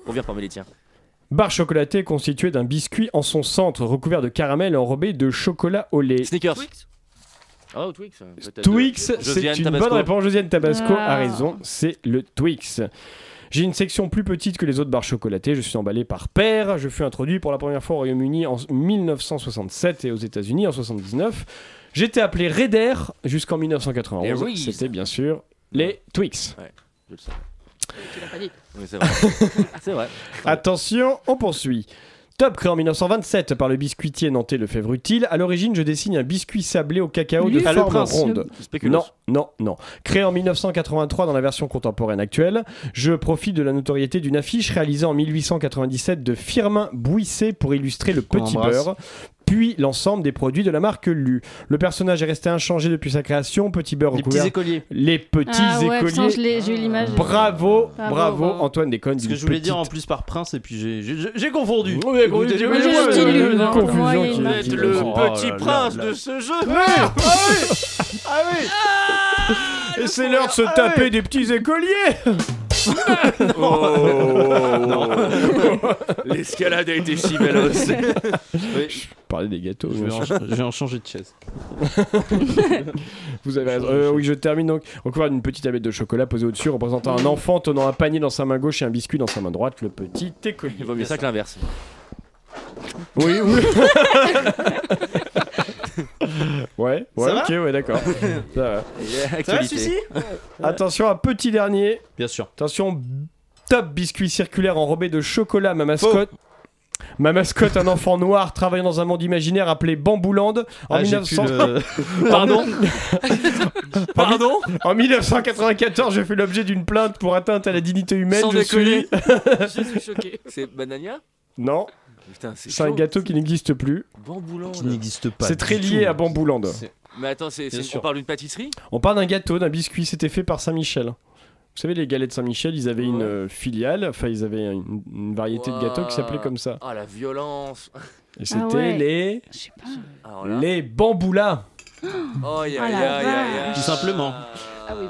Speaker 10: Reviens parmi les tiens.
Speaker 1: barre chocolatée constituée d'un biscuit en son centre recouvert de caramel enrobé de chocolat au lait.
Speaker 10: Sneakers. Oh, Twix. euh, peut-être
Speaker 1: Twix,
Speaker 10: de-
Speaker 1: c'est
Speaker 10: Josiane
Speaker 1: une
Speaker 10: Tabasco.
Speaker 1: bonne réponse. Josiane Tabasco
Speaker 2: Ah.
Speaker 1: a raison, c'est le Twix. J'ai une section plus petite que les autres barres chocolatées. Je suis emballé par paire. Je fus introduit pour la première fois au Royaume-Uni en 1967 et aux États-Unis en 79. J'étais appelé Raider jusqu'en
Speaker 10: Les
Speaker 1: 1991.
Speaker 10: Rees.
Speaker 1: C'était bien sûr les Twix.
Speaker 10: Je le savais. Oui, c'est vrai. c'est vrai.
Speaker 1: Attention, on poursuit. Top créé en 1927 par le biscuitier nantais Lefebvre Utile. À l'origine, je dessine un biscuit sablé au cacao de
Speaker 2: Lui,
Speaker 1: forme
Speaker 2: Prince.
Speaker 1: ronde.
Speaker 10: Spéculoos.
Speaker 1: Non, non, non. Créé en 1983 dans la version contemporaine actuelle, je profite de la notoriété d'une affiche réalisée en 1897 de Firmin Bouissé pour illustrer le
Speaker 9: Qu'on
Speaker 1: petit
Speaker 9: embrasse.
Speaker 1: beurre, puis l'ensemble des produits de la marque Lu. Le personnage est resté inchangé depuis sa création, petit beurre
Speaker 9: Les
Speaker 1: recouvert.
Speaker 9: petits écoliers.
Speaker 1: Les petits
Speaker 2: ah ouais,
Speaker 1: écoliers. Ah,
Speaker 2: putain, je l'ai- j'ai eu l'image.
Speaker 1: Bravo, bravo,
Speaker 2: Bravo, bravo.
Speaker 1: Antoine Déconne.
Speaker 9: Ce que
Speaker 1: d'une
Speaker 9: je voulais dire en
Speaker 1: petite-
Speaker 9: plus par prince, et puis j'ai- j'ai j'ai confondu.
Speaker 1: Oh, mais confondu.
Speaker 9: Vous
Speaker 1: Oui,
Speaker 9: avez-
Speaker 1: oui,
Speaker 2: j'ai
Speaker 1: oui,
Speaker 2: dit
Speaker 1: oui,
Speaker 2: Lu,
Speaker 1: oui, confusion
Speaker 2: oui, oui.
Speaker 1: qui- qui-
Speaker 10: Vous êtes le
Speaker 9: Oh là
Speaker 10: petit
Speaker 9: là
Speaker 10: prince
Speaker 9: là Ah
Speaker 10: de
Speaker 9: là.
Speaker 10: ce jeu.
Speaker 1: Ah Et c'est l'heure de se taper des petits écoliers Oh.
Speaker 10: L'escalade a été si hein, véloce.
Speaker 1: Parler des gâteaux.
Speaker 9: Je vais, en, je vais en changer de chaise.
Speaker 1: Vous avez raison. Euh, oui, je termine donc. Recouvert d'une petite tablette de chocolat posée au-dessus, représentant un enfant tenant un panier dans sa main gauche et un biscuit dans sa main droite, le petit écolier.
Speaker 10: Il vaut mieux ça que l'inverse.
Speaker 1: Oui, oui. ouais, ouais,
Speaker 9: Ça va
Speaker 1: ok, ouais, d'accord. Ça va.
Speaker 10: Actualité.
Speaker 1: Attention, un petit dernier.
Speaker 9: Bien sûr.
Speaker 1: Attention, top biscuit circulaire enrobé de chocolat, ma mascotte. Ma mascotte, un enfant noir travaillant dans un monde imaginaire appelé Bambouland. En,
Speaker 9: Ah, j'ai plus
Speaker 1: 1900
Speaker 9: le-
Speaker 1: Pardon Pardon En 1994, je fais l'objet d'une plainte pour atteinte à la dignité humaine.
Speaker 10: Sans
Speaker 1: je
Speaker 10: déconner.
Speaker 1: suis-
Speaker 10: Je suis choqué. C'est Banania
Speaker 1: Non,
Speaker 10: Putain, c'est
Speaker 1: c'est un
Speaker 10: chaud.
Speaker 1: gâteau qui n'existe plus.
Speaker 10: Bambouland.
Speaker 9: qui n'existe pas.
Speaker 1: C'est très
Speaker 9: du
Speaker 1: lié
Speaker 9: tout.
Speaker 1: à Bamboulande.
Speaker 9: C'est-
Speaker 10: Mais attends, c'est,
Speaker 9: Bien
Speaker 10: c'est-
Speaker 9: sûr.
Speaker 10: on parle d'une pâtisserie
Speaker 1: On parle d'un gâteau, d'un biscuit, c'était fait par Saint-Michel. Vous savez, les galets de Saint-Michel, ils avaient une
Speaker 10: Ouais.
Speaker 1: euh, filiale, enfin, ils avaient une, une variété de gâteaux qui s'appelait comme ça.
Speaker 10: Ah, la violence.
Speaker 1: Et c'était
Speaker 2: Ah ouais.
Speaker 1: les.
Speaker 2: Je sais pas.
Speaker 10: Ah, là.
Speaker 1: Les bamboulas
Speaker 10: Oh, ya,
Speaker 2: Ah, la
Speaker 10: ya, ya, ya.
Speaker 9: vache. Tout simplement.
Speaker 10: Ah oui.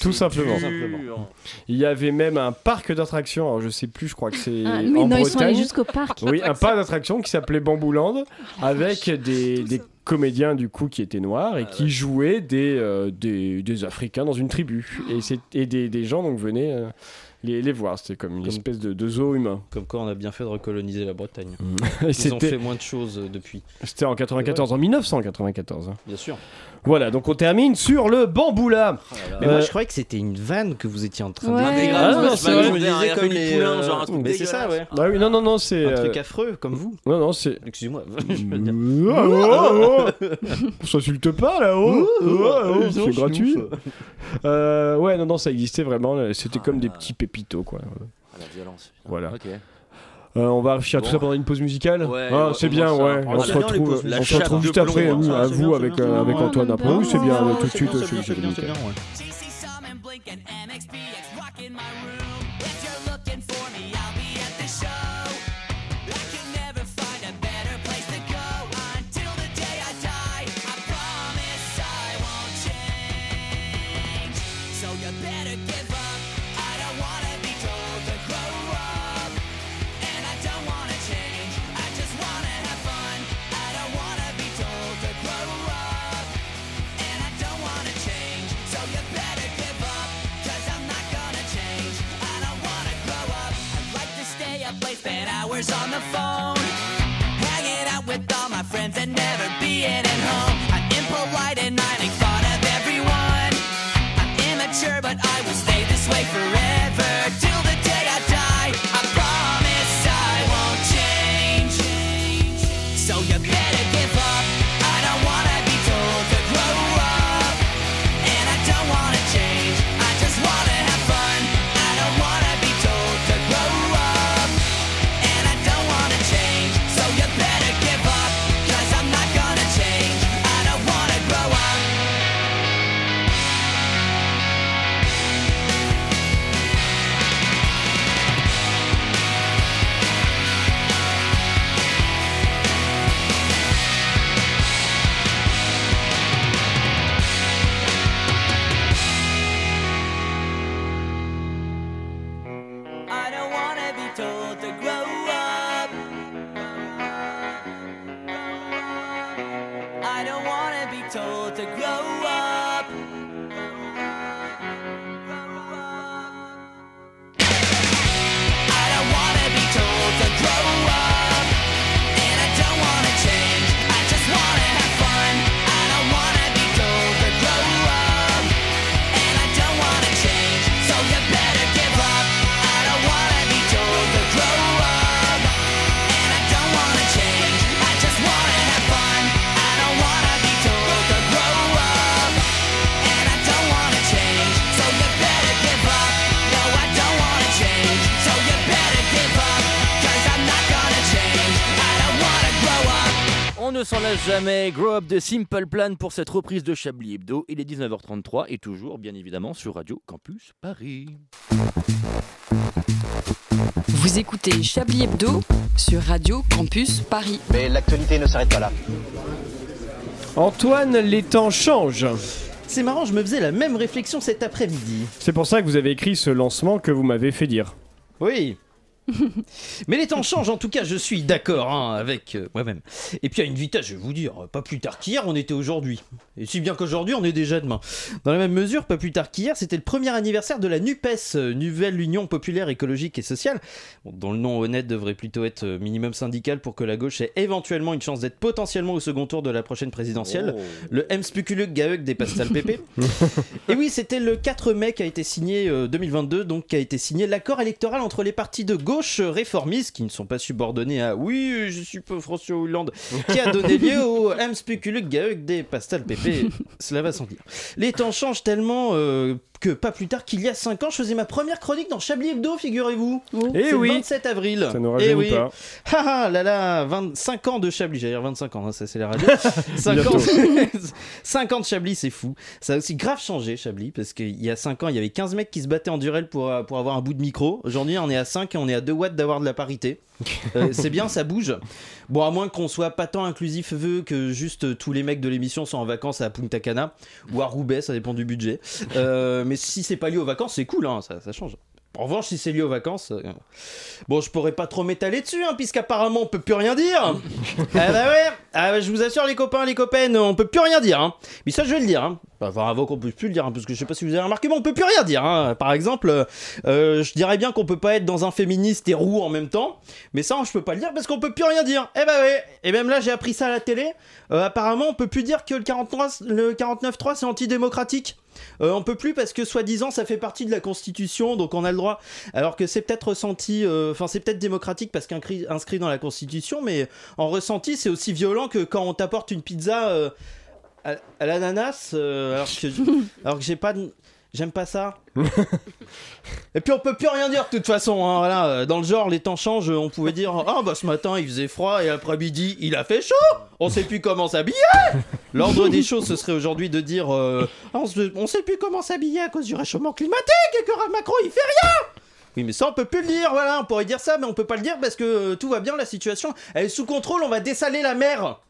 Speaker 1: Tout simplement.
Speaker 10: Simplement.
Speaker 1: Il y avait même un parc d'attractions, alors je sais plus, je crois que c'est.
Speaker 2: Ah,
Speaker 1: en
Speaker 2: oui, non, ils sont allés
Speaker 1: Bretagne.
Speaker 2: jusqu'au parc.
Speaker 1: Oui, un parc d'attraction qui s'appelait Bambouland avec des, des comédiens du coup qui étaient noirs et
Speaker 10: Ah,
Speaker 1: qui
Speaker 10: ouais.
Speaker 1: jouaient des, euh, des, des Africains dans une tribu. Et, c'est- et des, des gens donc venaient euh, les, les voir. C'était comme une
Speaker 9: Comme-
Speaker 1: espèce de, de zoo humain.
Speaker 9: Comme quoi, on a bien fait de recoloniser la Bretagne.
Speaker 1: Mm. Et
Speaker 9: Ils ont
Speaker 1: C'était
Speaker 9: fait moins de choses euh, depuis,
Speaker 1: c'était en 94, en 1994. hein.
Speaker 9: bien sûr. Ah
Speaker 1: Voilà, donc on termine sur le bamboula.
Speaker 10: Oh là là.
Speaker 9: Mais
Speaker 1: Euh,
Speaker 9: moi, je croyais que c'était une vanne que vous étiez en train
Speaker 2: Ouais.
Speaker 9: de
Speaker 10: Mais
Speaker 9: dire.
Speaker 10: grave,
Speaker 1: Ah,
Speaker 10: moi,
Speaker 1: non,
Speaker 10: je
Speaker 1: c'est
Speaker 10: me
Speaker 1: vrai.
Speaker 10: demandais,
Speaker 9: Vous
Speaker 10: regarde,
Speaker 9: disiez
Speaker 10: comme
Speaker 9: comme
Speaker 10: les
Speaker 9: les- euh,
Speaker 10: poulains, genre un truc
Speaker 9: Mais c'est ça,
Speaker 10: dégueulasse.
Speaker 1: Ah oui, non, non, non, c'est.
Speaker 9: Un
Speaker 1: euh,
Speaker 9: truc affreux, comme vous.
Speaker 1: Non, non, c'est.
Speaker 9: Excusez-moi.
Speaker 1: Oh, oh, oh. On s'insulte pas là-haut. Oh, oh, c'est gratuit. Euh, ouais, non, non, ça existait vraiment. là. C'était
Speaker 10: Ah
Speaker 1: comme
Speaker 10: là
Speaker 1: des
Speaker 10: là.
Speaker 1: petits pépitos, quoi.
Speaker 10: Ah, la violence.
Speaker 1: Voilà.
Speaker 10: Ok.
Speaker 1: Euh, on va réfléchir à tout
Speaker 10: Bon.
Speaker 1: ça pendant une pause musicale.
Speaker 10: Ouais,
Speaker 1: Ah,
Speaker 10: ouais,
Speaker 1: c'est
Speaker 10: on
Speaker 1: bien,
Speaker 10: va
Speaker 1: ouais.
Speaker 10: faire-
Speaker 1: On
Speaker 10: on
Speaker 1: se
Speaker 10: adore les
Speaker 1: retrouve,
Speaker 10: pauses. La
Speaker 1: on se retrouve
Speaker 10: chape de
Speaker 1: juste après,
Speaker 10: plomb,
Speaker 1: oui,
Speaker 10: ça,
Speaker 1: à
Speaker 9: c'est
Speaker 1: vous,
Speaker 9: bien,
Speaker 1: avec,
Speaker 9: c'est
Speaker 1: euh,
Speaker 9: bien,
Speaker 1: avec
Speaker 9: c'est
Speaker 1: Antoine
Speaker 2: bien.
Speaker 1: après. Oui, c'est bien,
Speaker 2: Non,
Speaker 1: ouais,
Speaker 2: non,
Speaker 1: tout de suite,
Speaker 9: bien,
Speaker 1: je suis- je suis-
Speaker 9: c'est bien, ouais.
Speaker 5: JC Salmon, Blink, and MXPX rocking my room. If you're looking for me, I'll be at the show. I can never find a better place to go until the day I die. I promise I won't change. So you better give up. I don't wanna be told to grow up, and I don't wanna change. I just wanna have fun. I don't wanna be told to grow up, and I don't wanna change. So you better hours on the phone. Hanging out with all my friends and never being at home. I'm impolite and I make fun of everyone. I'm immature, but I will stay this way forever. Till the day I die, I promise I won't change. So you better give up. I don't wanna be told to grow up. And I don't wanna change. I just wanna have fun. I don't wanna be told to grow up. And I don't wanna change. So you better give up. Cause I'm not gonna change. I don't wanna grow up. I don't wanna be told to grow up. I don't wanna be told to grow up. I don't wanna be told to grow up. And I don't wanna change. I just wanna have fun. I don't wanna be told to grow up. And I don't wanna change. So you better give up. I don't wanna be told to grow up. And I don't wanna change. I just wanna have fun. I don't wanna be told to grow up. And I don't wanna change. So you better give up. No, I don't wanna change. So you better give up. Cause I'm not gonna change. I don't wanna grow up.
Speaker 10: On ne s'en lasse jamais. Grow Up de Simple Plan pour cette reprise de Chablis Hebdo. Il est 19h33 et toujours, bien évidemment, sur Radio Campus Paris.
Speaker 8: Vous écoutez Chablis Hebdo sur Radio Campus Paris.
Speaker 12: Mais l'actualité ne s'arrête pas là.
Speaker 1: Antoine, les temps changent.
Speaker 9: C'est marrant, je me faisais la même réflexion cet après-midi.
Speaker 1: C'est pour ça que vous avez écrit ce lancement que vous m'avez fait dire.
Speaker 9: Oui. Mais les temps changent, en tout cas, je suis d'accord hein, avec euh, moi-même. Et puis à une vitesse, je vais vous dire, pas plus tard qu'hier, on était aujourd'hui. Et si bien qu'aujourd'hui, on est déjà demain. Dans la même mesure, pas plus tard qu'hier, c'était le premier anniversaire de la NUPES, euh, Nouvelle Union Populaire Écologique et Sociale, bon, dont le nom honnête devrait plutôt être euh, minimum syndical pour que la gauche ait éventuellement une chance d'être potentiellement au second tour de la prochaine présidentielle. Le M. Spuculeux Gaeuk dépasse ça le PP. Et oui, c'était le 4 mai qu'a été signé euh, 2022, donc qu'a été signé l'accord électoral entre les partis de gauche réformistes, qui ne sont pas subordonnés à oui, je suis peu François Hollande, qui a donné lieu au M. Spéculuc Gaeuk des Pastel PP. Cela va sans dire. Les temps changent tellement euh, que pas plus tard qu'il y a 5 ans, je faisais ma première chronique dans Chablis Hebdo, figurez-vous.
Speaker 1: Eh
Speaker 9: C'est le
Speaker 1: oui.
Speaker 9: 27 avril.
Speaker 1: Ça nous rajeunit
Speaker 9: Eh oui.
Speaker 1: pas.
Speaker 9: Ah ah là là, 25 ans de Chablis, j'allais dire 25 ans, hein, ça c'est la radio. 5 ans,
Speaker 1: Bientôt.
Speaker 9: 5 ans de Chablis, c'est fou. Ça a aussi grave changé Chablis, parce qu'il y a 5 ans, il y avait 15 mecs qui se battaient en durel pour, euh, pour avoir un bout de micro. Aujourd'hui, on est à 5 et on est à 2 watts d'avoir de la parité. Euh, c'est bien, ça bouge. Bon, à moins qu'on soit pas tant inclusif vœu que juste euh, tous les mecs de l'émission sont en vacances à Punta Cana ou à Roubaix, ça dépend du budget. Euh, mais si c'est pas lié aux vacances, c'est cool, hein, ça, ça change. En revanche, si c'est lié aux vacances, euh, bon, je pourrais pas trop m'étaler dessus, hein, puisqu'apparemment on peut plus rien dire. ah bah ouais, ah bah je vous assure, les copains, les copaines, on peut plus rien dire. hein. Mais ça, je vais le dire. Hein. Bah, Enfin, avant qu'on puisse plus le dire, hein, parce que je sais pas si vous avez remarqué, mais on peut plus rien dire. hein. Par exemple, euh, euh, je dirais bien qu'on peut pas être dans un féministe et roux en même temps, mais ça, je peux pas le dire parce qu'on peut plus rien dire. Eh bah ouais, et même là, j'ai appris ça à la télé. Euh, apparemment, on peut plus dire que le 49 le 49.3 c'est antidémocratique. Euh, on peut plus parce que soi-disant ça fait partie de la Constitution, donc on a le droit. Alors que c'est peut-être ressenti, euh, enfin c'est peut-être démocratique parce qu'inscrit inscrit dans la Constitution, mais en ressenti c'est aussi violent que quand on t'apporte une pizza euh, à, à l'ananas, euh, alors que alors que j'ai pas, de- j'aime pas ça. Et puis on peut plus rien dire de toute façon. hein, voilà, euh, dans le genre les temps changent, on pouvait dire ah bah ce matin il faisait froid et après-midi il a fait chaud. On sait plus comment s'habiller. L'ordre des choses, ce serait aujourd'hui de dire euh, Ah, on, se- on sait plus comment s'habiller à cause du réchauffement climatique et que Macron il fait rien Oui, mais ça on peut plus le dire, voilà, on pourrait dire ça, mais on peut pas le dire parce que euh, tout va bien, la situation elle est sous contrôle, on va dessaler la mer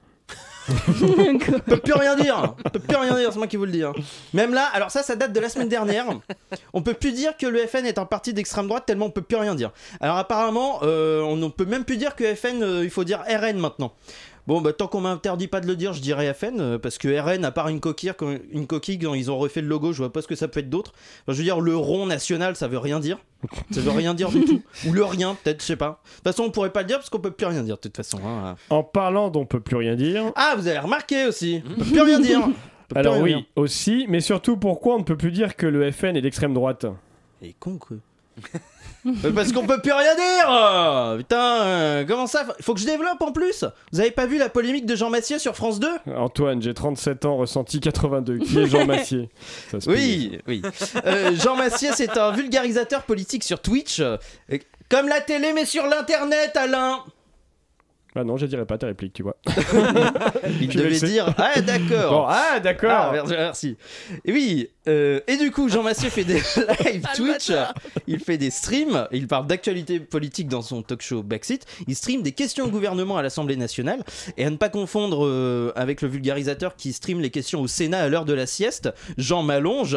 Speaker 9: on peut plus rien dire, on peut plus rien dire, c'est moi qui vous le dis. hein. Même là, alors ça, ça date de la semaine dernière. On peut plus dire que le FN est un parti d'extrême droite tellement on peut plus rien dire. Alors apparemment, euh, on ne peut même plus dire que FN, euh, il faut dire RN maintenant. Bon, bah, tant qu'on m'interdit pas de le dire, je dirais FN, euh, parce que RN, à part une coquille, quand, une coquille, quand ils ont refait le logo, je vois pas ce que ça peut être d'autre. Enfin, je veux dire, le rond national, ça veut rien dire. Ça veut rien dire du tout. Ou le rien, peut-être, je sais pas. De toute façon, on pourrait pas le dire parce qu'on peut plus rien dire, de toute façon. hein.
Speaker 1: En parlant d'on peut plus rien dire.
Speaker 9: Ah, vous avez remarqué aussi. On peut plus rien dire. On peut plus
Speaker 1: Alors
Speaker 9: rien
Speaker 1: oui,
Speaker 9: dire.
Speaker 1: aussi, mais surtout pourquoi on ne peut plus dire que le FN est d'extrême droite
Speaker 9: Et con, quoi. Euh, Parce qu'on peut plus rien dire euh, Putain, euh, comment ça Faut que je développe en plus Vous avez pas vu la polémique de Jean Massier sur France 2
Speaker 1: Antoine, j'ai 37 ans, ressenti 82. Qui est Jean Massier Ça se peut dire.
Speaker 9: Oui, oui. Euh, Jean Massier, c'est un vulgarisateur politique sur Twitch. euh, et- Comme la télé, mais sur l'internet, Alain
Speaker 1: Ah non, je dirais pas ta réplique, tu vois.
Speaker 9: Il
Speaker 1: Tu me le
Speaker 9: devait
Speaker 1: sais.
Speaker 9: dire Ah, d'accord
Speaker 1: Bon, ah, d'accord.
Speaker 9: Ah, merci, merci. Et oui, euh, et du coup, Jean Massieu fait des live Twitch, il fait des streams, il parle d'actualité politique dans son talk show Backseat, il stream des questions au gouvernement à l'Assemblée nationale, et à ne pas confondre euh, avec le vulgarisateur qui stream les questions au Sénat à l'heure de la sieste, Jean Malonge.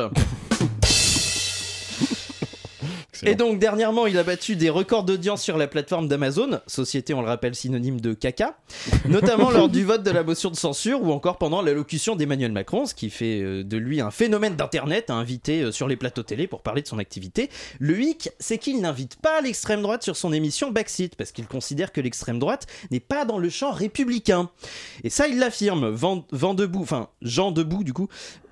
Speaker 9: Et donc dernièrement, il a battu des records d'audience sur la plateforme d'Amazon, société on le rappelle synonyme de caca, notamment lors du vote de la motion de censure ou encore pendant l'allocution d'Emmanuel Macron, ce qui fait euh, de lui un phénomène d'internet à inviter euh, sur les plateaux télé pour parler de son activité. Le hic, c'est qu'il n'invite pas l'extrême droite sur son émission Backseat parce qu'il considère que l'extrême droite n'est pas dans le champ républicain. Et ça, il l'affirme, Van, Van Debout, enfin Jean Debout du coup.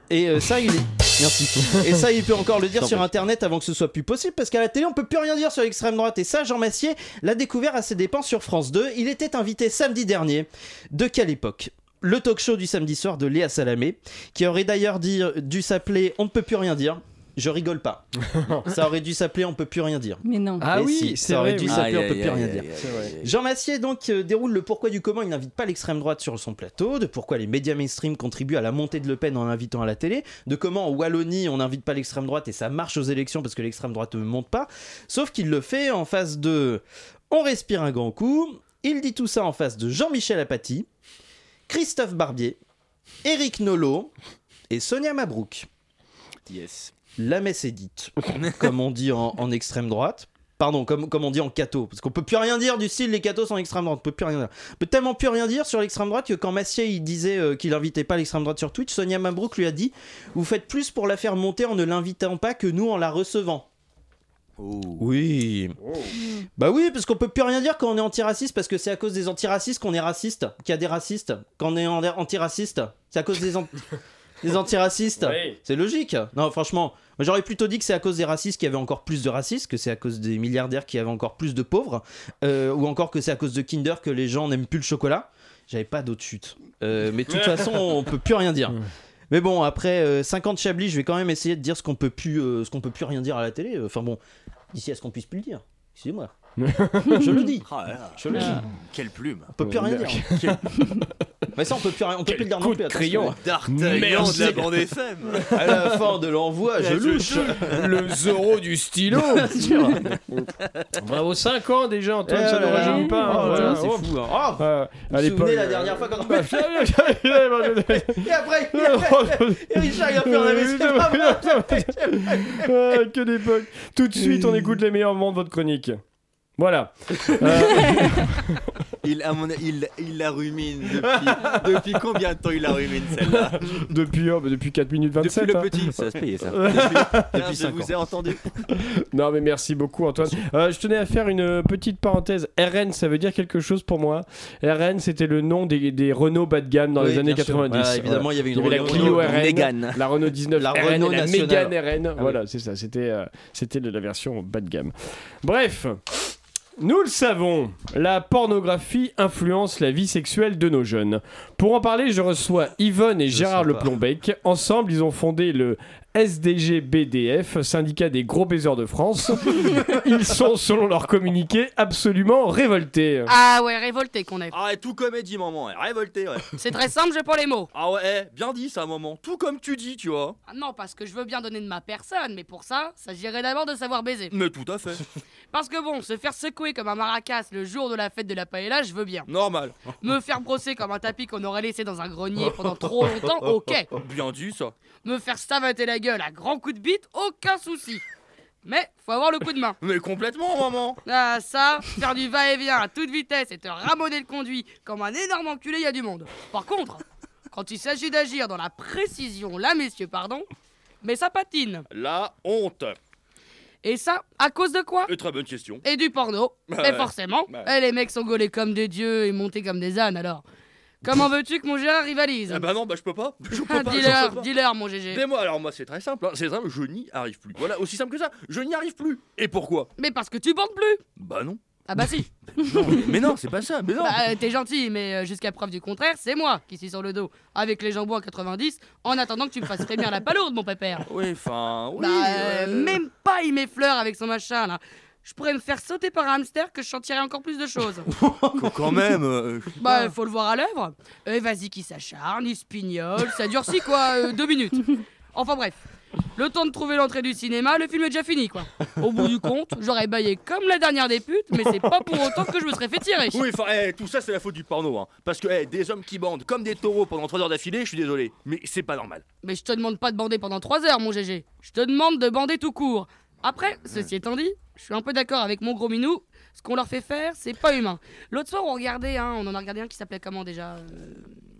Speaker 9: Et euh, ça, il est... Merci. Et ça, il peut encore le dire
Speaker 10: Sans
Speaker 9: sur Internet avant que ce soit plus possible, parce qu'à la télé, on peut plus rien dire sur l'extrême droite. Et ça, Jean Massier l'a découvert à ses dépens sur France 2. Il était invité samedi dernier. De quelle époque Le talk show du samedi soir de Léa Salamé, qui aurait d'ailleurs dit- dû s'appeler On ne peut plus rien dire. Je rigole pas. ça aurait dû s'appeler On peut plus rien dire.
Speaker 2: Mais non.
Speaker 9: Ah oui, ça aurait dû s'appeler, on peut plus rien dire.
Speaker 10: C'est vrai.
Speaker 9: Jean Massier donc euh, déroule le pourquoi du comment il n'invite pas l'extrême droite sur son plateau, de pourquoi les médias mainstream contribuent à la montée de Le Pen en l'invitant à la télé, de comment en Wallonie on n'invite pas l'extrême droite et ça marche aux élections parce que l'extrême droite ne monte pas, sauf qu'il le fait en face de on respire un grand coup, il dit tout ça en face de Jean-Michel Apathy, Christophe Barbier, Éric Nolot et Sonia Mabrouk.
Speaker 10: Yes.
Speaker 9: La messe est dite, comme on dit en, en extrême droite. Pardon, comme, comme on dit en catho, parce qu'on peut plus rien dire du style les cathos sont extrême droite, on peut plus rien dire. On peut tellement plus rien dire sur l'extrême droite que quand Massier il disait euh, qu'il invitait pas l'extrême droite sur Twitch, Sonia Mabrouk lui a dit Vous faites plus pour la faire monter en ne l'invitant pas que nous en la recevant. Oui. Bah oui, parce qu'on peut plus rien dire quand on est antiraciste, parce que c'est à cause des antiracistes qu'on est raciste, qu'il y a des racistes, quand on est en- antiraciste, c'est à cause des, an- des antiracistes.
Speaker 1: Oui.
Speaker 9: C'est logique. Non, franchement, moi, j'aurais plutôt dit que c'est à cause des racistes qu'il y avait encore plus de racistes, que c'est à cause des milliardaires qu'il y avait encore plus de pauvres, euh, ou encore que c'est à cause de Kinder que les gens n'aiment plus le chocolat. J'avais pas d'autres chutes. Euh, mais de toute façon, on peut plus rien dire. Mais bon, après euh, 50 chablis, je vais quand même essayer de dire ce qu'on peut plus, euh, ce qu'on peut plus rien dire à la télé. Euh, Enfin bon, d'ici à ce qu'on puisse plus le dire. Excusez-moi. je le dis.
Speaker 10: Ah là là.
Speaker 9: Je le dis.
Speaker 10: Quelle plume.
Speaker 9: On peut plus rien dire. Mais ça, on peut plus rien. On peut plus le dire non plus. attention.
Speaker 10: D'Artagnan
Speaker 9: Merci.
Speaker 10: de la bande FM.
Speaker 9: À la fin de l'envoi, je louche.
Speaker 1: Le Zoro du stylo Bravo, 5 ans déjà, Antoine,
Speaker 9: Eh
Speaker 1: ça ne
Speaker 9: là là.
Speaker 1: rajeunit pas. hein,
Speaker 9: Oh,
Speaker 1: voilà.
Speaker 9: c'est
Speaker 1: Oh,
Speaker 9: fou. hein. Oh,
Speaker 1: euh,
Speaker 9: vous
Speaker 1: à
Speaker 9: vous
Speaker 1: l'époque.
Speaker 9: souvenez la dernière fois quand on Et après, il a fait- et Richard, il a fait un AVC.
Speaker 1: Ah, que d'époque. Tout de suite, on écoute les meilleurs moments de votre chronique. Voilà. Euh,
Speaker 10: Il, à mon- il, il la rumine depuis, depuis combien de temps il la rumine celle-là
Speaker 1: depuis, oh, bah, depuis 4 minutes 27.
Speaker 10: Depuis le
Speaker 1: hein.
Speaker 10: petit, ça va se payer ça.
Speaker 1: Depuis
Speaker 10: je
Speaker 1: cinq
Speaker 10: vous ai entendu.
Speaker 1: Non, mais merci beaucoup, Antoine. Euh, je tenais à faire une petite parenthèse. RN, ça veut dire quelque chose pour moi. RN, c'était le nom des, des Renault bas de gamme dans
Speaker 9: Oui,
Speaker 1: les années
Speaker 9: bien sûr.
Speaker 1: 90.
Speaker 9: Voilà, évidemment, il y avait une
Speaker 1: la
Speaker 9: Renault-
Speaker 1: Clio
Speaker 9: Renault-
Speaker 1: RN,
Speaker 10: Mégane.
Speaker 1: la Renault 19
Speaker 9: La
Speaker 1: RN,
Speaker 9: Renault
Speaker 1: la
Speaker 9: nationale. Ah,
Speaker 1: Mégane RN.
Speaker 9: oui.
Speaker 1: voilà, c'est ça. C'était euh, c'était la version bas de gamme. Bref. Nous le savons, la pornographie influence la vie sexuelle de nos jeunes. Pour en parler, je reçois Yvonne et
Speaker 9: Je
Speaker 1: Gérard
Speaker 9: sens
Speaker 1: Le
Speaker 9: pas.
Speaker 1: Plombec. Ensemble, ils ont fondé le SDG BDF, syndicat des gros baiseurs de France. ils sont, selon leur communiqué, absolument révoltés.
Speaker 12: Ah ouais, révolté qu'on est.
Speaker 10: Ah ouais, tout comédie maman, ouais. révolté ouais.
Speaker 12: C'est très simple, je prends les mots.
Speaker 10: Ah ouais, eh, bien dit ça maman, tout comme tu dis tu vois.
Speaker 12: Ah Non, parce que je veux bien donner de ma personne, mais pour ça, s'agirait d'abord de savoir baiser.
Speaker 10: Mais tout à fait,
Speaker 12: Parce que bon, se faire secouer comme un maracas le jour de la fête de la paella, je veux bien.
Speaker 10: normal.
Speaker 12: Me faire brosser comme un tapis qu'on aurait laissé dans un grenier pendant trop longtemps, ok.
Speaker 10: Bien dit ça.
Speaker 12: Me faire savater la gueule à grands coups de bite, aucun souci. Mais faut avoir le coup de main.
Speaker 10: Mais complètement, maman
Speaker 12: Ah, ça, faire du va-et-vient à toute vitesse et te ramoner le conduit comme un énorme enculé, il y a du monde. Par contre, quand il s'agit d'agir dans la précision, là, messieurs, pardon, mais ça patine.
Speaker 10: La honte
Speaker 12: Et ça, à cause de quoi
Speaker 10: Euh, Très bonne question.
Speaker 12: Et du porno.
Speaker 10: Bah
Speaker 12: et
Speaker 10: ouais.
Speaker 12: forcément,
Speaker 10: Bah
Speaker 12: eh, les mecs sont gaulés comme des dieux et montés comme des ânes, alors. Comment veux-tu que mon Gérard rivalise
Speaker 10: Ah bah non, bah je peux pas. Je peux
Speaker 12: Ah,
Speaker 10: pas,
Speaker 12: dealer,
Speaker 10: je peux pas.
Speaker 12: dealer, mon GG.
Speaker 10: Mais moi, alors moi, c'est très simple. hein. C'est simple, je n'y arrive plus. Voilà, aussi simple que ça. Je n'y arrive plus. Et pourquoi
Speaker 12: Mais parce que tu bandes plus
Speaker 10: Bah non.
Speaker 12: Ah bah si
Speaker 10: Mais non, c'est pas ça. Mais non.
Speaker 12: Bah, euh, t'es gentil, mais euh, jusqu'à preuve du contraire, c'est moi qui suis sur le dos, avec les jambons à 90, en attendant que tu me fasses frémir la palourde, mon pépère.
Speaker 10: Oui, enfin, oui.
Speaker 12: bah, euh,
Speaker 10: euh,
Speaker 12: même pas il m'effleure avec son machin, là. Je pourrais me faire sauter par un hamster que je sentirais encore plus de choses.
Speaker 10: Qu- Quand même. euh, je sais
Speaker 12: bah,
Speaker 10: pas.
Speaker 12: euh, faut le voir à l'œuvre. Et vas-y, qui s'acharne, il se pignole, ça dure si quoi, euh, deux minutes. Enfin bref, le temps de trouver l'entrée du cinéma, le film est déjà fini, quoi. Au bout du compte, j'aurais baillé comme la dernière des putes, mais c'est pas pour autant que je me serais fait tirer.
Speaker 10: Oui, enfin, eh, tout ça, c'est la faute du porno. Hein. Parce que eh, des hommes qui bandent comme des taureaux pendant 3 heures d'affilée, je suis désolé. Mais c'est pas normal.
Speaker 12: Mais je te demande pas de bander pendant 3 heures, mon GG. Je te demande de bander tout court. Après, ceci étant dit, je suis un peu d'accord avec mon gros minou. Ce qu'on leur fait faire, c'est pas humain. L'autre soir, on regardait, hein, on en a regardé un qui s'appelait comment déjà euh,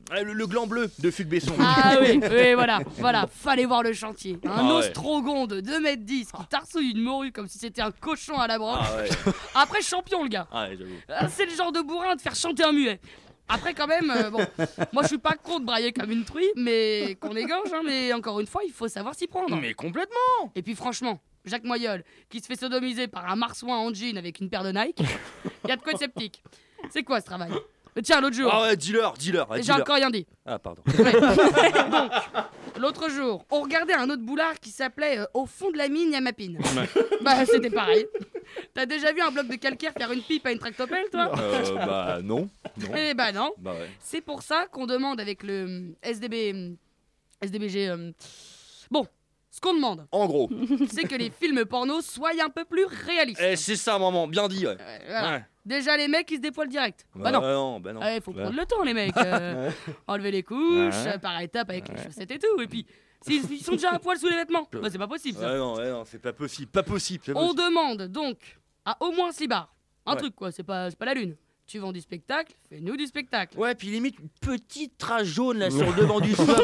Speaker 10: Ah, le, le gland bleu de Fugue Besson.
Speaker 12: Ah oui, oui, voilà, voilà, fallait voir le chantier. Un
Speaker 10: Ah ouais.
Speaker 12: ostrogon de 2m10 qui tarsouille une morue comme si c'était un cochon à la broche.
Speaker 10: Ah ouais.
Speaker 12: Après, champion, le gars.
Speaker 10: Ah ouais, j'avoue.
Speaker 12: Ah, C'est le genre de bourrin de faire chanter un muet. Après, quand même, euh, bon, moi je suis pas contre brailler comme une truie, mais qu'on égorge, hein, mais encore une fois, il faut savoir s'y prendre.
Speaker 10: Mais complètement
Speaker 12: Et puis franchement, Jacques Moyol, qui se fait sodomiser par un marsouin en jean avec une paire de Nike, y a de quoi de sceptique. C'est quoi ce travail Euh, Tiens, l'autre jour.
Speaker 10: Ah ouais, dealer, dealer. ah,
Speaker 12: J'ai
Speaker 10: dealer.
Speaker 12: encore rien dit.
Speaker 10: Ah, pardon.
Speaker 12: Donc, l'autre jour, on regardait un autre boulard qui s'appelait euh, Au fond de la mine, y'a ma pine. Bah, c'était pareil. T'as déjà vu un bloc de calcaire faire une pipe à une tractopelle, toi
Speaker 10: Euh, bah non. non.
Speaker 12: Eh bah non.
Speaker 10: Bah ouais.
Speaker 12: C'est pour ça qu'on demande avec le hum, SDB. hum, SDBG. hum, Bon, ce qu'on demande,
Speaker 10: En gros.
Speaker 12: c'est que les films porno soient un peu plus réalistes.
Speaker 10: Eh, c'est ça, maman, bien dit. Ouais.
Speaker 12: Voilà.
Speaker 10: Ouais.
Speaker 12: Déjà, les mecs, ils se dépoilent direct. Bah,
Speaker 10: Bah
Speaker 12: non.
Speaker 10: non, bah non.
Speaker 12: Ouais, faut
Speaker 10: Ouais.
Speaker 12: prendre le temps, les mecs. euh, enlever les couches,
Speaker 10: Ouais.
Speaker 12: euh, par étapes, avec les chaussettes et tout. Et puis, s'ils ils sont déjà à poil sous les vêtements, bah, c'est pas possible. ça.
Speaker 10: Ouais, non, ouais, non, c'est pas possible, pas possible. c'est pas
Speaker 12: On
Speaker 10: possible.
Speaker 12: demande donc à au moins 6 bars. Un
Speaker 10: Ouais.
Speaker 12: truc, quoi, c'est pas, c'est pas la lune. Tu vends du spectacle, fais-nous du spectacle.
Speaker 10: Ouais, puis limite, une petite trace jaune là sur le devant du soir.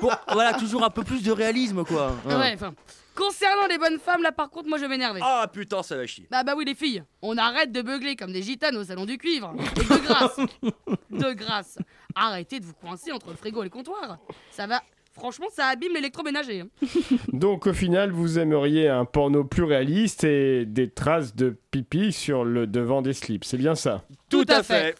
Speaker 10: Pour- voilà, toujours un peu plus de réalisme quoi.
Speaker 12: Ouais, enfin. Concernant les bonnes femmes, là par contre, moi je vais m'énerver.
Speaker 10: Ah putain, ça va chier.
Speaker 12: Bah bah oui les filles, on arrête de beugler comme des gitanes au salon du cuivre. Et de grâce, de grâce, arrêtez de vous coincer entre le frigo et le comptoir. Ça va, franchement, ça abîme l'électroménager. hein.
Speaker 1: Donc au final, vous aimeriez un porno plus réaliste et des traces de pipi sur le devant des slips, c'est bien ça
Speaker 12: Tout à fait.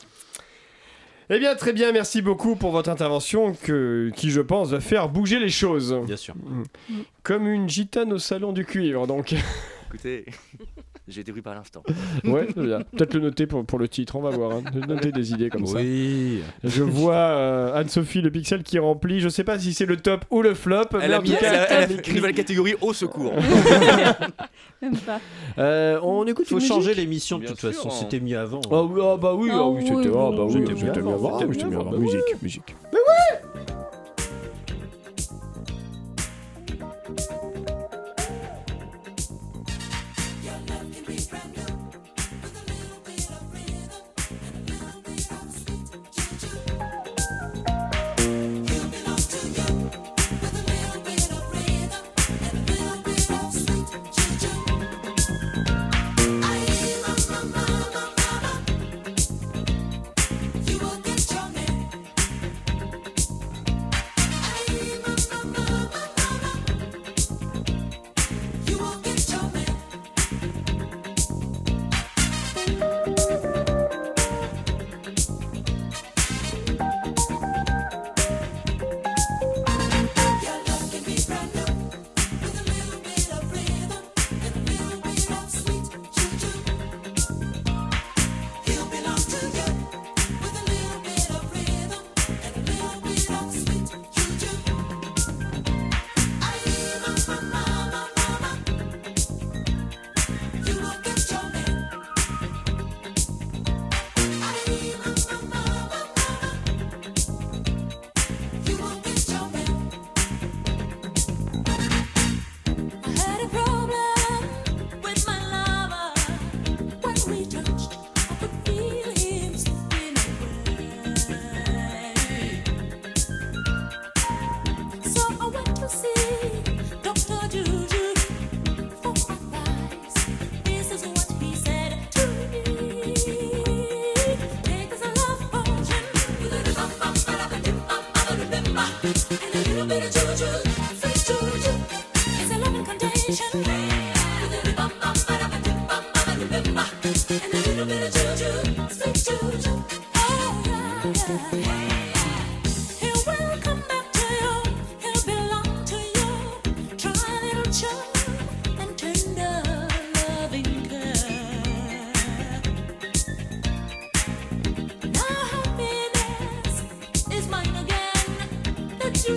Speaker 1: Eh bien, très bien, merci beaucoup pour votre intervention que, qui, je pense, va faire bouger les choses. Mm.
Speaker 9: Bien sûr.
Speaker 1: Comme une gitane au salon du cuivre, donc.
Speaker 10: Écoutez, j'ai été pris par l'instant.
Speaker 1: Ouais, très bien. peut-être le noter pour, pour le titre, on va voir. hein. Noter des idées comme ça.
Speaker 9: Oui.
Speaker 1: Je vois euh, Anne-Sophie Le Pixel qui remplit, je sais pas si c'est le top ou le flop, mais
Speaker 10: Elle a
Speaker 1: en
Speaker 10: mis
Speaker 1: tout cas,
Speaker 10: elle a- elle a
Speaker 1: elle
Speaker 10: fait
Speaker 1: écrit-
Speaker 10: une nouvelle catégorie au secours.
Speaker 2: Même pas.
Speaker 1: Euh, on écoute
Speaker 9: Faut
Speaker 1: une
Speaker 9: changer
Speaker 1: musique
Speaker 9: l'émission de
Speaker 10: Bien
Speaker 9: toute
Speaker 10: sûr,
Speaker 9: façon,
Speaker 10: hein.
Speaker 9: c'était mieux avant.
Speaker 1: Ah oui, ah bah oui,
Speaker 2: Ah
Speaker 1: ah oui, c'était
Speaker 2: oui,
Speaker 1: ah bah oui,
Speaker 9: oui,
Speaker 1: ah,
Speaker 9: oui,
Speaker 1: c'était
Speaker 9: oui,
Speaker 1: bien
Speaker 9: oui,
Speaker 1: avant,
Speaker 9: oui,
Speaker 1: oui, c'était
Speaker 9: oui,
Speaker 1: bien avant.
Speaker 9: oui.
Speaker 1: Musique, musique.
Speaker 5: You will get your man.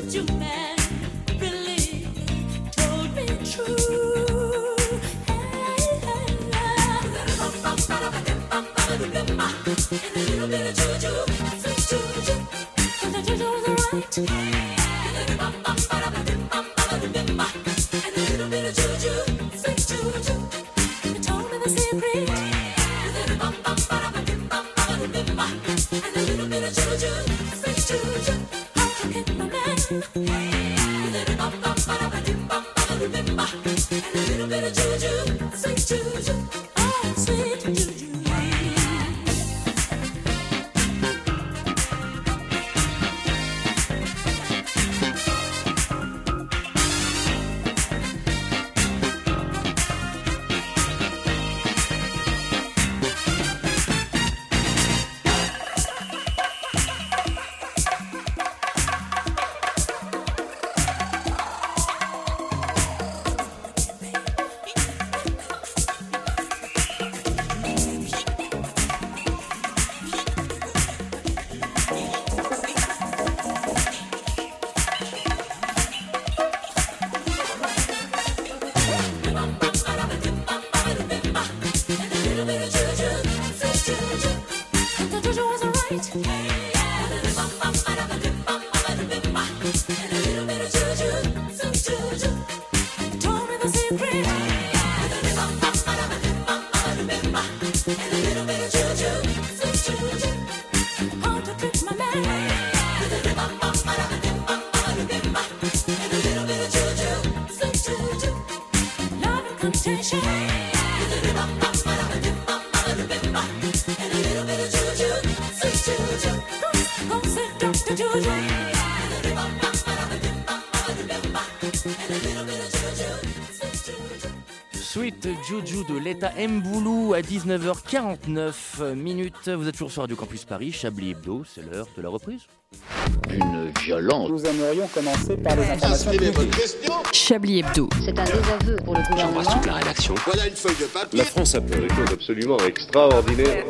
Speaker 13: You man really told me true.
Speaker 7: Sweet Juju de l'État Mboulou à 19h49 minutes. Vous êtes toujours sur Radio Campus Paris, Chablis Hebdo, c'est l'heure de la reprise. Une violence.
Speaker 14: Nous aimerions commencer par les informations publiques.
Speaker 15: Chablis Hebdo.
Speaker 8: C'est un désaveu pour le gouvernement.
Speaker 3: la rédaction.
Speaker 16: Voilà une feuille de papier.
Speaker 3: La France a fait des choses absolument extraordinaires.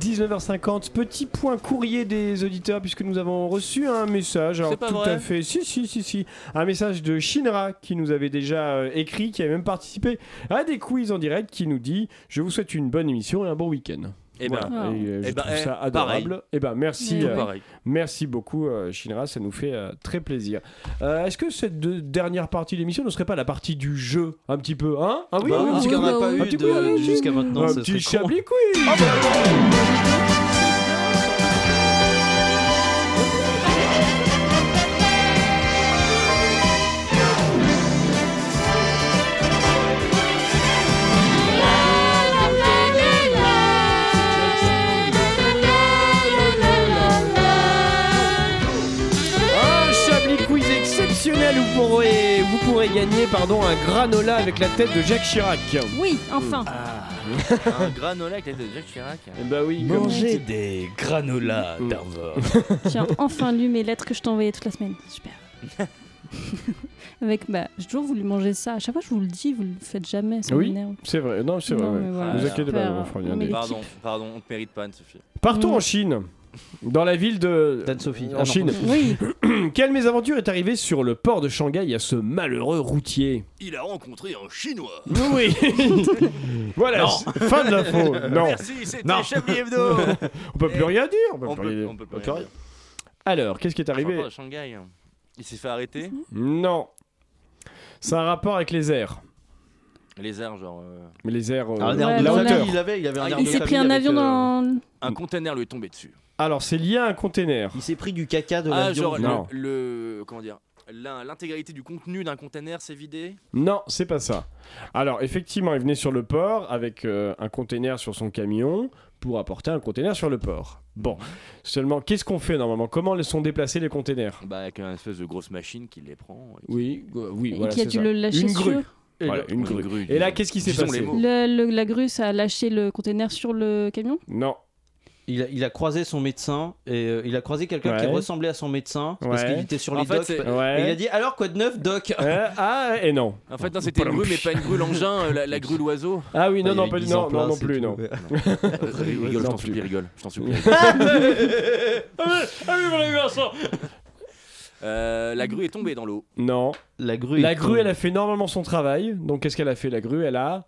Speaker 1: 19h50, petit point courrier des auditeurs puisque nous avons reçu un message. Alors,
Speaker 9: C'est pas
Speaker 1: tout
Speaker 9: vrai.
Speaker 1: à fait, si, si, si, si, un message de Shinra qui nous avait déjà euh, écrit, qui avait même participé à des quiz en direct, qui nous dit Je vous souhaite une bonne émission et un bon week-end.
Speaker 7: Eh ben,
Speaker 1: Voilà. Et, euh,
Speaker 7: eh
Speaker 1: je
Speaker 7: ben,
Speaker 1: trouve
Speaker 7: eh,
Speaker 1: ça
Speaker 7: pareil.
Speaker 1: adorable. Et ben merci,
Speaker 7: Mais
Speaker 1: euh,
Speaker 7: oui. Pareil.
Speaker 1: merci beaucoup euh, Shinra, ça nous fait euh, très plaisir. Euh, Est-ce que cette deux- dernière partie de l'émission ne serait pas la partie du jeu un petit peu, hein Ah oui,
Speaker 10: Bah,
Speaker 1: oui,
Speaker 10: parce
Speaker 1: oui,
Speaker 10: qu'on n'a
Speaker 1: bah,
Speaker 10: pas
Speaker 1: oui.
Speaker 10: eu
Speaker 1: Un petit
Speaker 10: de-
Speaker 1: peu, allez,
Speaker 10: jusqu'à maintenant,
Speaker 1: Un
Speaker 10: ce
Speaker 1: petit
Speaker 10: serait con. Ah, bah,
Speaker 1: Chablis quiz. Un Chablis Quiz exceptionnel où vous pourrez, vous pourrez gagner pardon, un granola avec la tête de Jacques Chirac.
Speaker 2: Oui, enfin.
Speaker 7: Un granola avec la tête de Jacques Chirac.
Speaker 1: Eh Bah oui,
Speaker 10: Manger des granolas d'Arvor.
Speaker 2: Tiens, enfin lu mes lettres que je t'envoyais toute la semaine. Super. Avec, bah, j'ai toujours voulu manger ça. À chaque fois, je vous le dis, vous le faites jamais. Ça
Speaker 1: Oui,
Speaker 2: m'énerve.
Speaker 1: c'est vrai. Non, c'est vrai.
Speaker 2: Non,
Speaker 1: ouais.
Speaker 2: mais voilà.
Speaker 1: Vous inquiétez pas,
Speaker 2: Super.
Speaker 1: on fera rien
Speaker 2: Mais
Speaker 1: dire.
Speaker 7: Pardon, pardon, on te mérite pas, Anne-Sophie.
Speaker 2: Mm.
Speaker 1: Partons en Chine. Dans la ville de.
Speaker 10: Sophie.
Speaker 1: En Chine.
Speaker 2: Oui.
Speaker 1: Quelle mésaventure est arrivée sur le port de Shanghai à ce malheureux routier
Speaker 7: Il a rencontré un Chinois.
Speaker 1: Oui Voilà,
Speaker 7: Non.
Speaker 1: c'est- fin de l'info. Non,
Speaker 7: Merci,
Speaker 1: Non.
Speaker 7: c'était Chablis Hebdo.
Speaker 1: on peut plus rien dire. On peut
Speaker 7: on,
Speaker 1: plus rien
Speaker 7: peut,
Speaker 1: dire.
Speaker 7: on peut plus rien dire.
Speaker 1: Alors, qu'est-ce qui est
Speaker 7: Encore
Speaker 1: arrivé
Speaker 7: à Shanghai. hein. Il s'est fait arrêter.
Speaker 1: Non. C'est un rapport avec les airs.
Speaker 7: Les airs, genre. euh,
Speaker 1: Mais les airs. euh,
Speaker 10: Ah, Un air
Speaker 2: Ouais,
Speaker 10: de
Speaker 1: la
Speaker 2: voilà.
Speaker 1: hauteur.
Speaker 10: famille, il avait, il avait un
Speaker 7: Ah,
Speaker 10: air
Speaker 2: Il
Speaker 10: de
Speaker 2: s'est
Speaker 10: famille
Speaker 2: pris un
Speaker 10: avec,
Speaker 2: avion
Speaker 10: euh,
Speaker 2: dans.
Speaker 7: Un conteneur lui est tombé dessus.
Speaker 1: Alors, c'est lié à un container.
Speaker 10: Il s'est pris du caca de
Speaker 7: Ah,
Speaker 10: l'avion.
Speaker 7: genre le,
Speaker 1: Non.
Speaker 7: le- comment dire l'in- l'intégralité du contenu d'un container s'est vidé.
Speaker 1: Non, c'est pas ça. Alors, effectivement, il venait sur le port avec euh, un container sur son camion pour apporter un container sur le port. Bon, seulement, qu'est-ce qu'on fait normalement Comment sont déplacés les containers
Speaker 10: Bah, avec une espèce de grosse machine qui les prend. et qui-
Speaker 1: Oui, euh, oui,
Speaker 10: Et
Speaker 1: voilà.
Speaker 10: qui a
Speaker 1: c'est
Speaker 10: dû
Speaker 1: ça.
Speaker 10: le lâcher
Speaker 1: une grue.
Speaker 10: sur-
Speaker 1: Et
Speaker 10: Voilà,
Speaker 1: là- une
Speaker 10: une
Speaker 1: grue.
Speaker 10: grue,
Speaker 1: Et là,
Speaker 10: disons.
Speaker 1: qu'est-ce qui s'est
Speaker 10: Disons
Speaker 1: passé
Speaker 10: les mots.
Speaker 2: Le- le- la grue, ça a lâché le container sur le camion
Speaker 1: Non.
Speaker 9: Il a, il a croisé son médecin et euh, il a croisé quelqu'un qui
Speaker 1: Ouais.
Speaker 9: ressemblait à son médecin parce
Speaker 1: Ouais.
Speaker 9: qu'il était sur
Speaker 1: En
Speaker 9: les
Speaker 1: fait,
Speaker 9: docks.
Speaker 1: c'est-
Speaker 9: Et
Speaker 1: Ouais.
Speaker 9: Il a dit alors quoi de neuf, doc
Speaker 1: Euh, ah, et non.
Speaker 10: En fait, non, c'était une grue, mais pas une grue l'engin, euh, la, la grue l'oiseau.
Speaker 1: Ah oui, non, non, pas-
Speaker 10: du
Speaker 1: non, non, non plus, non.
Speaker 10: Euh, rigole, je
Speaker 1: Non
Speaker 10: t'en supplie, rigole. Je t'en supplie. Euh, la grue est tombée dans l'eau.
Speaker 1: Non.
Speaker 9: La grue.
Speaker 1: La grue, elle a fait normalement son travail. Donc, qu'est-ce qu'elle a fait La grue, elle a.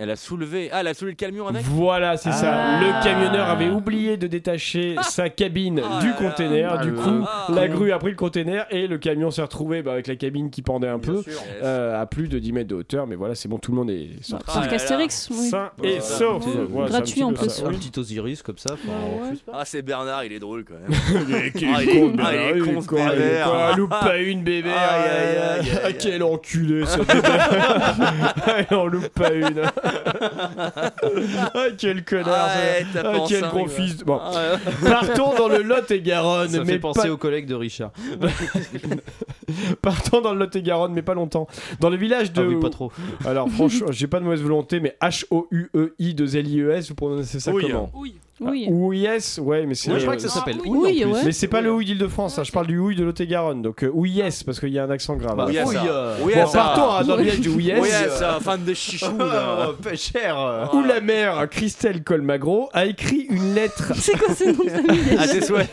Speaker 10: Elle a soulevé. Ah, elle a soulevé le camion avec
Speaker 1: Voilà, c'est ça. Le camionneur avait oublié de détacher sa cabine du container. du coup, la grue a pris le container et le camion s'est retrouvé bah, avec la cabine qui pendait un peu euh, à plus de 10 mètres de hauteur. Mais voilà, c'est bon, tout le monde est sorti.
Speaker 2: Sauf qu'Astérix, oui.
Speaker 1: Sain et
Speaker 2: Ouais.
Speaker 1: sauf.
Speaker 2: Ouais.
Speaker 1: Voilà, c'est un
Speaker 2: Gratuit,
Speaker 1: petit peu
Speaker 2: en
Speaker 1: ça.
Speaker 2: plus,
Speaker 1: Oui.
Speaker 2: ouais.
Speaker 9: Petit Osiris comme ça. enfin,
Speaker 1: bah,
Speaker 10: Ah, c'est Bernard, il est drôle quand même.
Speaker 1: est
Speaker 10: Ah,
Speaker 1: con,
Speaker 10: ah, il est
Speaker 1: Bernard, il est
Speaker 10: con, ce
Speaker 1: con, il est
Speaker 10: Bernard.
Speaker 1: con. Ah, loupe pas une bébé.
Speaker 9: Ah,
Speaker 10: Aïe,
Speaker 1: aïe, aïe, aïe, Ah, quel enculé, ce bébé. Il en loupe pas une. ah, quel connard.
Speaker 10: Ouais,
Speaker 1: ça.
Speaker 10: t'as
Speaker 1: ah,
Speaker 10: pensé,
Speaker 1: quel
Speaker 10: hein,
Speaker 1: gros
Speaker 10: rigole.
Speaker 1: fils. de- Bon.
Speaker 10: Ah, ouais.
Speaker 1: Partons dans le Lot-et-Garonne.
Speaker 9: Ça
Speaker 1: mais
Speaker 9: fait penser
Speaker 1: pas-
Speaker 9: aux collègues de Richard.
Speaker 1: Partons dans le Lot-et-Garonne, mais pas longtemps. Dans le village de.
Speaker 9: Ah oui, pas trop.
Speaker 1: Alors, franchement, j'ai pas de mauvaise volonté, mais H-O-U-E-I de L-I-E-S, E vous prononcez ça
Speaker 9: Houille.
Speaker 1: comment
Speaker 2: Houille.
Speaker 1: Oui.
Speaker 2: Houille.
Speaker 1: Ah, yes, ouais, mais c'est.
Speaker 9: Moi, je crois que ça s'appelle
Speaker 1: oui,
Speaker 9: Houille, en Houille, plus. ouais.
Speaker 1: Mais c'est pas le Houille d'Île-de-France, hein, je parle du Houille de Lot-et-Garonne. Donc, euh, oui, yes, parce qu'il y a un accent grave.
Speaker 9: Bah,
Speaker 1: Bon,
Speaker 9: oui, yes,
Speaker 1: euh,
Speaker 9: oui,
Speaker 1: bon,
Speaker 9: yes,
Speaker 1: partons
Speaker 9: ah.
Speaker 1: hein, dans le village du oui, yes.
Speaker 9: Oui, yes,
Speaker 10: ah, fan de chichou, là. Ah,
Speaker 1: Euh, pas cher. euh. Où la mère Christelle Colmagro a écrit une lettre.
Speaker 2: C'est quoi ce nom de famille
Speaker 9: Ah,
Speaker 10: À tes souhaits.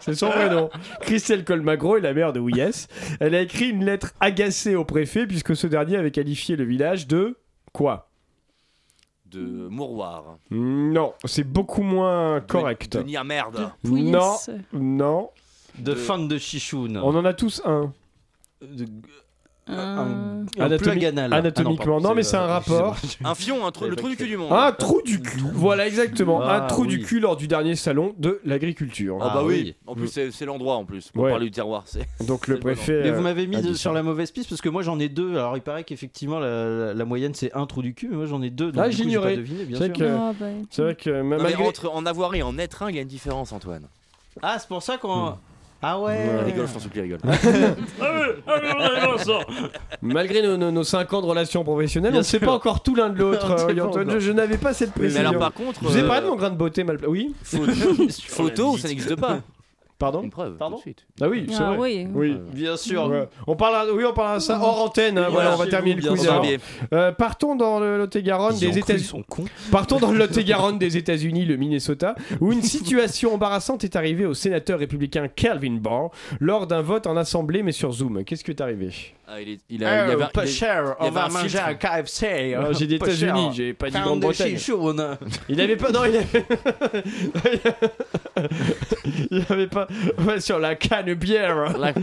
Speaker 1: C'est son prénom. Christelle Colmagro est la mère de Ouies. Elle a écrit une lettre agacée au préfet puisque ce dernier avait qualifié le village de quoi
Speaker 10: De mouroir.
Speaker 1: Non, c'est beaucoup moins correct.
Speaker 10: De nier merde.
Speaker 1: non, non.
Speaker 9: De, fan de chichoun.
Speaker 1: On en a tous un.
Speaker 10: Euh,
Speaker 9: Un, un
Speaker 1: Anatomi-
Speaker 9: plug anal.
Speaker 1: Anatomiquement. non, mais c'est un rapport.
Speaker 10: Un fion, un trou, le trou du cul du monde.
Speaker 1: Un trou du cul. Voilà, exactement.
Speaker 10: Ah,
Speaker 1: un trou
Speaker 10: oui.
Speaker 1: du cul lors du dernier salon de l'agriculture.
Speaker 10: Ah, bah oui. En plus, c'est c'est l'endroit en plus. Pour
Speaker 1: Ouais.
Speaker 10: parler du terroir, c'est.
Speaker 1: Donc le préfet.
Speaker 9: Mais
Speaker 1: euh,
Speaker 9: vous m'avez mis
Speaker 1: a
Speaker 9: de-
Speaker 1: dit ça.
Speaker 9: sur la mauvaise piste parce que moi j'en ai deux. Alors il paraît qu'effectivement la, la- la moyenne c'est un trou du cul, mais moi j'en ai deux. Donc
Speaker 1: Ah,
Speaker 9: du coup, j'ai
Speaker 1: j'ignorais.
Speaker 9: pas deviné, bien
Speaker 1: C'est
Speaker 9: sûr.
Speaker 1: vrai que- Ah, bah. c'est vrai que ma-
Speaker 10: Non, mais
Speaker 1: malgré-
Speaker 10: entre en avoir et en être un, il y a une différence, Antoine.
Speaker 9: Ah, c'est pour ça qu'on. Ah ouais.
Speaker 10: Rigole, je t'en supplie, rigole.
Speaker 9: Ah
Speaker 1: Malgré nos, nos, 5 ans de relations professionnelles,
Speaker 9: Bien
Speaker 1: on ne sait
Speaker 9: sûr.
Speaker 1: pas encore tout l'un de l'autre.
Speaker 9: On sait
Speaker 1: euh,
Speaker 9: pas
Speaker 1: Antoine.
Speaker 9: encore.
Speaker 1: je je n'avais pas cette
Speaker 10: Mais
Speaker 1: précision.
Speaker 10: alors, par contre.
Speaker 1: Je vous ai
Speaker 10: euh,
Speaker 1: parlé de mon grain de beauté mal pla- Oui
Speaker 10: Photo, photo ça n'existe pas.
Speaker 1: Pardon
Speaker 10: Une preuve.
Speaker 9: Pardon
Speaker 10: tout de suite.
Speaker 1: Ah oui, c'est
Speaker 2: Ah
Speaker 1: vrai. Euh,
Speaker 2: oui.
Speaker 9: Bien sûr.
Speaker 1: Ouais. On parlera, oui, on parlera de ça hors antenne. hein,
Speaker 9: Oui,
Speaker 1: voilà,
Speaker 9: voilà,
Speaker 1: on va
Speaker 9: chez
Speaker 1: terminer
Speaker 9: vous,
Speaker 1: le
Speaker 9: bien
Speaker 1: quiz.
Speaker 9: sûr.
Speaker 1: avant. Euh, partons dans le Lot-et-Garonne
Speaker 9: Ils y ont
Speaker 1: des
Speaker 9: cru,
Speaker 1: États-Unis.
Speaker 9: Ils sont cons.
Speaker 1: Partons dans le Lot-et-Garonne des États-Unis, le Minnesota, où une situation embarrassante est arrivée au sénateur républicain Calvin Barr lors d'un vote en assemblée, mais sur Zoom. Qu'est-ce qui est arrivé
Speaker 10: Ah, il, est, il a, il avait, il est-
Speaker 9: Oh,
Speaker 10: il avait un filtre.
Speaker 9: KFC.
Speaker 1: Ah, j'ai dit
Speaker 9: hein. Pas cher.
Speaker 1: États-Unis, j'ai pas dit
Speaker 9: Fan
Speaker 1: Grande-Bretagne.
Speaker 9: de chichoun.
Speaker 1: Il avait pas. Non, il avait. il avait pas. ouais, sur la canne bière.
Speaker 10: La-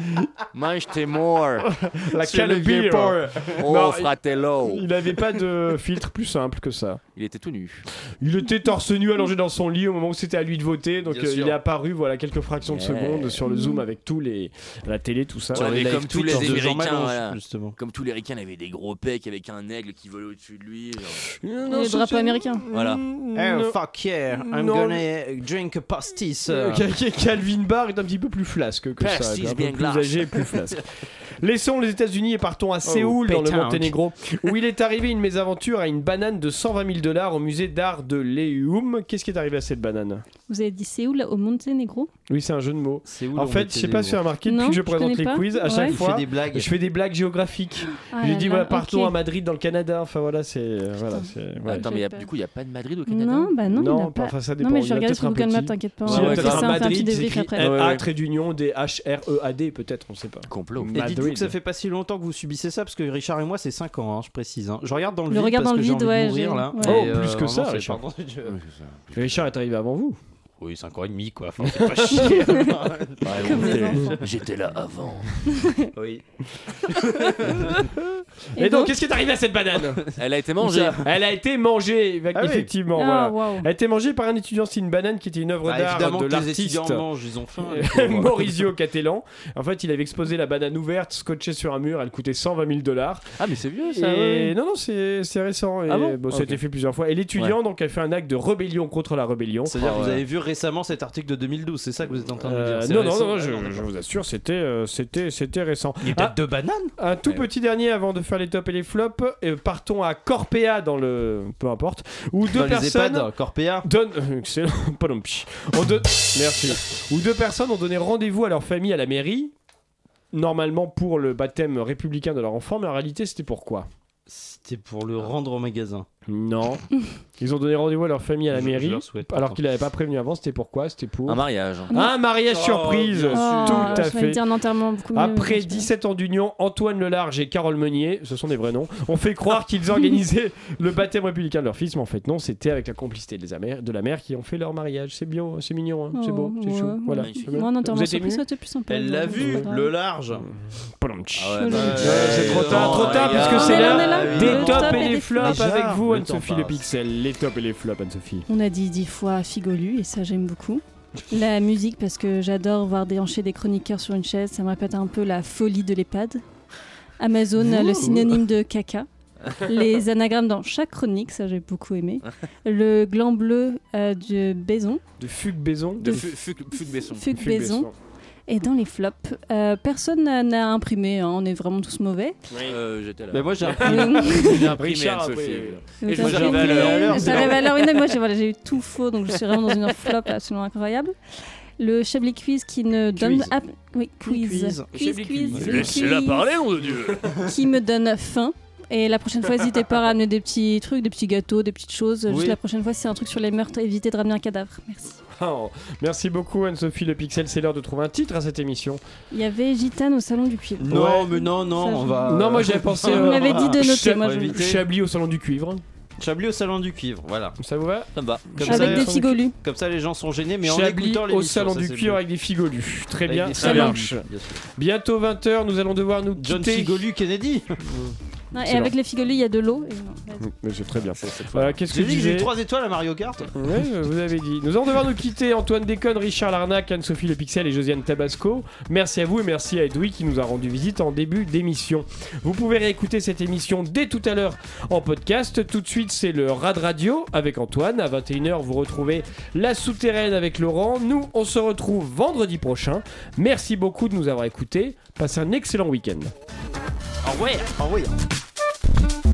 Speaker 10: Mange tes morts.
Speaker 1: La
Speaker 10: Sur le
Speaker 1: canne
Speaker 10: vieux
Speaker 1: bière.
Speaker 10: port. Oh,
Speaker 1: Non, il-
Speaker 10: fratello.
Speaker 1: Il avait pas de filtre plus simple que ça.
Speaker 10: Il était tout nu.
Speaker 1: Il était torse nu allongé dans son lit au moment où c'était à lui de voter. Donc
Speaker 9: Bien
Speaker 1: euh,
Speaker 9: sûr.
Speaker 1: il est apparu, voilà, quelques fractions de
Speaker 10: Ouais.
Speaker 1: secondes sur le Zoom avec tous les. la télé, tout ça.
Speaker 10: Ouais, mais comme tous les Américains, voilà.
Speaker 9: justement.
Speaker 10: Comme tous les ricains avaient des gros pecs avec un aigle qui volait au-dessus de lui. genre.
Speaker 2: Les drapeaux américains.
Speaker 10: Voilà.
Speaker 1: Ah
Speaker 9: Oh fuck yeah, I'm
Speaker 1: Non.
Speaker 9: gonna drink a pastis.
Speaker 1: Euh, Cal- Cal- Calvin Barr est un petit peu plus flasque que ça,
Speaker 10: Persiste
Speaker 1: un peu
Speaker 10: bien
Speaker 1: plus
Speaker 10: glace.
Speaker 1: âgé et plus flasque. Laissons les États-Unis et partons à Séoul dans le
Speaker 9: pétanque.
Speaker 1: Monténégro, où il est arrivé une mésaventure à une banane de 120 000 dollars au musée d'art de Leum. Qu'est-ce qui est arrivé à cette banane
Speaker 2: Vous avez dit Séoul au Monténégro
Speaker 1: Oui, c'est un jeu de mots.
Speaker 9: C'est où
Speaker 1: En
Speaker 9: le
Speaker 1: fait, je sais pas si vous
Speaker 9: Monténégro
Speaker 1: avez remarqué, depuis
Speaker 2: Non,
Speaker 1: que je
Speaker 2: je
Speaker 1: présente
Speaker 2: connais
Speaker 1: les
Speaker 2: pas.
Speaker 1: quiz, à chaque
Speaker 2: Ouais. Il
Speaker 1: fois,
Speaker 9: fait des blagues.
Speaker 1: je fais des blagues géographiques.
Speaker 2: Ah
Speaker 1: J'ai
Speaker 2: là
Speaker 1: dit,
Speaker 2: là,
Speaker 1: voilà, partons
Speaker 2: ok.
Speaker 1: à Madrid dans le Canada. Enfin voilà, c'est. euh, voilà, c'est- ouais.
Speaker 10: Ah, Attends, mais il y a-
Speaker 2: J'ai peur.
Speaker 10: du coup, il n'y a pas de Madrid au Canada
Speaker 2: Non, bah non, il
Speaker 1: Non,
Speaker 2: a pas.
Speaker 1: enfin, ça dépend,
Speaker 2: non, mais
Speaker 1: il
Speaker 2: je
Speaker 1: y a
Speaker 2: regarde
Speaker 1: peut-être
Speaker 2: sur
Speaker 1: un
Speaker 2: Google
Speaker 1: petit-
Speaker 2: Maps, t'inquiète pas.
Speaker 1: Si,
Speaker 2: on
Speaker 1: il y a
Speaker 2: va
Speaker 1: peut-être
Speaker 2: faire ça, on
Speaker 1: un
Speaker 2: fait un petit
Speaker 1: Madrid,
Speaker 2: débrief
Speaker 1: c'est écrit
Speaker 2: après.
Speaker 1: R- A, trait d'union, des H-R-E-A-D, peut-être, on sait pas.
Speaker 10: Complot.
Speaker 9: Et dites-vous
Speaker 1: Madrid.
Speaker 9: que ça fait pas si longtemps que vous subissez ça parce que Richard et moi c'est 5 ans, hein, je précise. hein. Je regarde dans le,
Speaker 2: Le
Speaker 9: vide
Speaker 2: regard
Speaker 9: parce
Speaker 2: dans
Speaker 9: que
Speaker 2: le
Speaker 9: j'ai
Speaker 2: vide,
Speaker 9: envie de
Speaker 2: ouais,
Speaker 9: mourir,
Speaker 2: j'ai-
Speaker 9: là.
Speaker 2: ouais.
Speaker 1: Oh,
Speaker 9: Et, euh,
Speaker 1: plus que ça,
Speaker 9: vraiment, c'est-
Speaker 1: Richard.
Speaker 9: pardon, je-
Speaker 10: Oui, c'est ça.
Speaker 1: Richard est arrivé avant vous.
Speaker 9: Oui, 5 ans et demi quoi. Enfin, faites pas chier.
Speaker 10: Ouais,
Speaker 2: Comme
Speaker 10: on
Speaker 2: les
Speaker 10: était-
Speaker 2: enfants.
Speaker 10: J'étais là avant.
Speaker 9: oui.
Speaker 1: Et, donc, qu'est-ce qui est arrivé à cette banane
Speaker 10: Elle a été mangée.
Speaker 1: Elle a été mangée,
Speaker 9: Ah oui.
Speaker 1: effectivement.
Speaker 2: Ah,
Speaker 1: voilà.
Speaker 2: waouh.
Speaker 1: Elle a été mangée par un étudiant. C'est une banane qui était une œuvre
Speaker 9: Bah,
Speaker 1: d'art
Speaker 9: évidemment
Speaker 1: de
Speaker 9: que les étudiants
Speaker 1: l'artiste.
Speaker 9: mangent, ils ont faim. hein.
Speaker 1: Maurizio Catellan. En fait, il avait exposé la banane ouverte, scotchée sur un mur. Elle coûtait 120 000 dollars.
Speaker 10: Ah, mais c'est vieux ça. ouais.
Speaker 1: Et non, non, c'est c'est récent. Et
Speaker 10: Ah bon
Speaker 1: bon, ça a
Speaker 10: Ok.
Speaker 1: été fait plusieurs fois. Et l'étudiant donc a fait un acte de rébellion Ah, contre la rébellion.
Speaker 9: C'est-à-dire que vous
Speaker 10: ouais.
Speaker 9: avez vu récemment cet article de 2012, c'est ça que vous êtes en train de me
Speaker 1: Euh,
Speaker 9: dire C'est
Speaker 1: non, non,
Speaker 9: récent
Speaker 1: non,
Speaker 9: Ah,
Speaker 1: je, je vous assure, c'était, euh, c'était, c'était récent. Ah,
Speaker 9: Il y a peut-être deux bananes
Speaker 1: Un
Speaker 9: Eh
Speaker 1: tout petit dernier avant de faire les tops et les flops. Et partons à Corpea dans le. Peu importe. Où deux
Speaker 9: Dans les
Speaker 1: personnes.
Speaker 9: EHPAD, Corpea.
Speaker 1: Donnent... euh, Excellent. Pardon, pch. En deux... Merci. Où deux personnes ont donné rendez-vous à leur famille à la mairie. Normalement pour le baptême républicain de leur enfant, mais en réalité c'était pourquoi
Speaker 9: C'était pour le rendre au magasin.
Speaker 1: Non. Ils ont donné rendez-vous à leur famille à la mairie,
Speaker 9: leur souhaite,
Speaker 1: alors
Speaker 9: pardon.
Speaker 1: qu'ils n'avaient pas prévenu avant. C'était pourquoi C'était pour
Speaker 10: Un mariage.
Speaker 1: Un mariage
Speaker 10: Oh,
Speaker 1: surprise.
Speaker 10: bien sûr.
Speaker 2: Ah,
Speaker 1: Tout à
Speaker 2: je vais
Speaker 1: fait.
Speaker 2: dire un enterrement beaucoup mieux.
Speaker 1: Après 17 ans d'union, Antoine Lelarge et Carole Meunier, ce sont des vrais noms, ont fait croire qu'ils organisaient le baptême républicain de leur fils, mais en fait non, c'était avec la complicité des Amer- de la mère qui ont fait leur mariage. C'est bien, c'est mignon, hein, c'est beau, c'est
Speaker 2: Oh,
Speaker 1: chou.
Speaker 2: ouais.
Speaker 1: Voilà.
Speaker 2: Magnifique.
Speaker 1: C'est bien.
Speaker 2: Moi, un enterrement
Speaker 1: Vous êtes
Speaker 2: surprise,
Speaker 1: ému
Speaker 2: ça, t'es plus sympa.
Speaker 9: Elle l'a vu, le large. Ah
Speaker 1: ouais, bah, c'est trop tard, trop tard, parce que c'est l'heure des tops et des flops
Speaker 9: Déjà,
Speaker 1: avec vous,
Speaker 9: le
Speaker 1: Anne-Sophie
Speaker 9: temps
Speaker 1: Le
Speaker 9: passe.
Speaker 1: Pixel. Les tops et les flops, Anne-Sophie.
Speaker 2: On a dit dix fois Figolu et ça j'aime beaucoup. La musique parce que j'adore voir déhancher des chroniqueurs sur une chaise, ça me répète un peu la folie de l'EHPAD. Amazon,
Speaker 17: Ouh.
Speaker 2: le synonyme de caca. Les anagrammes dans chaque chronique, ça j'ai beaucoup aimé. Le gland bleu euh, de Baison.
Speaker 1: De Fugue Baison.
Speaker 10: De Fu- Fugue- Fugue Besson.
Speaker 2: Fugue Baison. Et dans les flops, euh, personne n'a- n'a imprimé, hein, on est vraiment tous mauvais.
Speaker 10: Euh, J'étais là.
Speaker 9: Mais moi, j'ai
Speaker 10: imprimé. j'ai imprimé
Speaker 9: Richard,
Speaker 10: Anne-Sophie.
Speaker 9: après.
Speaker 10: Et je
Speaker 2: Vous avez
Speaker 10: vous arrive à
Speaker 2: compris,
Speaker 10: l'heure.
Speaker 2: vous arrivez à l'heure. Oui, non, mais moi j'ai voilà, j'ai eu tout faux, donc je suis vraiment dans une flop absolument incroyable. Le Chablis Quiz qui ne donne.
Speaker 10: Quiz.
Speaker 2: ah, oui, quiz.
Speaker 10: Quiz.
Speaker 2: Quiz, quiz, quiz.
Speaker 10: Laissez-la parler, nom de Dieu.
Speaker 2: Qui me donne faim. Et la prochaine fois, n'hésitez pas à ramener des petits trucs, des petits gâteaux, des petites choses.
Speaker 1: Oui.
Speaker 2: Juste la prochaine fois, si c'est un truc sur les meurtres, évitez de ramener un cadavre. Merci.
Speaker 1: Oh, merci beaucoup, Anne-Sophie Le Pixel. C'est l'heure de trouver un titre à cette émission.
Speaker 2: Il y avait Gitane au salon du cuivre.
Speaker 9: Non, mais non, non,
Speaker 2: Ça,
Speaker 9: on
Speaker 2: je-
Speaker 9: va.
Speaker 1: Non, moi j'avais pensé.
Speaker 2: Vous
Speaker 1: euh,
Speaker 2: m'avez dit de noter,
Speaker 1: Chab-
Speaker 2: moi, je-
Speaker 1: Chablis au salon du cuivre.
Speaker 9: Chablis au salon du cuivre, voilà.
Speaker 1: Ça vous va
Speaker 9: Ça me va.
Speaker 2: Avec des
Speaker 9: les gens-
Speaker 2: figolus.
Speaker 9: Comme ça, les gens sont gênés, Eh, mais en
Speaker 1: Chablis
Speaker 9: écoutant les
Speaker 1: au salon du cuivre avec des figolus. Très
Speaker 9: Avec
Speaker 1: bien,
Speaker 9: des
Speaker 1: ça
Speaker 9: figolus,
Speaker 1: marche.
Speaker 9: bien sûr.
Speaker 1: Bientôt 20h, nous allons devoir nous
Speaker 9: John
Speaker 1: quitter.
Speaker 9: Figolu Kennedy
Speaker 2: Non, et
Speaker 1: Excellent.
Speaker 2: avec les figolus, il y a de l'eau. Et non, vas-y.
Speaker 1: Mais c'est très bien. Euh, Qu'est-ce que
Speaker 9: J'ai
Speaker 1: je
Speaker 9: dit que j'ai eu
Speaker 1: disais
Speaker 9: 3 étoiles à Mario Kart.
Speaker 1: Ouais, euh, vous avez dit. Nous allons devoir nous quitter. Antoine Déconne, Richard Larnac, Anne-Sophie Le Pixel et Josiane Tabasco. Merci à vous et merci à Edoui qui nous a rendu visite en début d'émission. Vous pouvez réécouter cette émission dès tout à l'heure en podcast. Tout de suite, c'est le Rad Radio avec Antoine. À 21h, vous retrouvez La Souterraine avec Laurent. Nous, on se retrouve vendredi prochain. Merci beaucoup de nous avoir écoutés. Passez un excellent week-end.
Speaker 9: Ah Au revoir. Au revoir.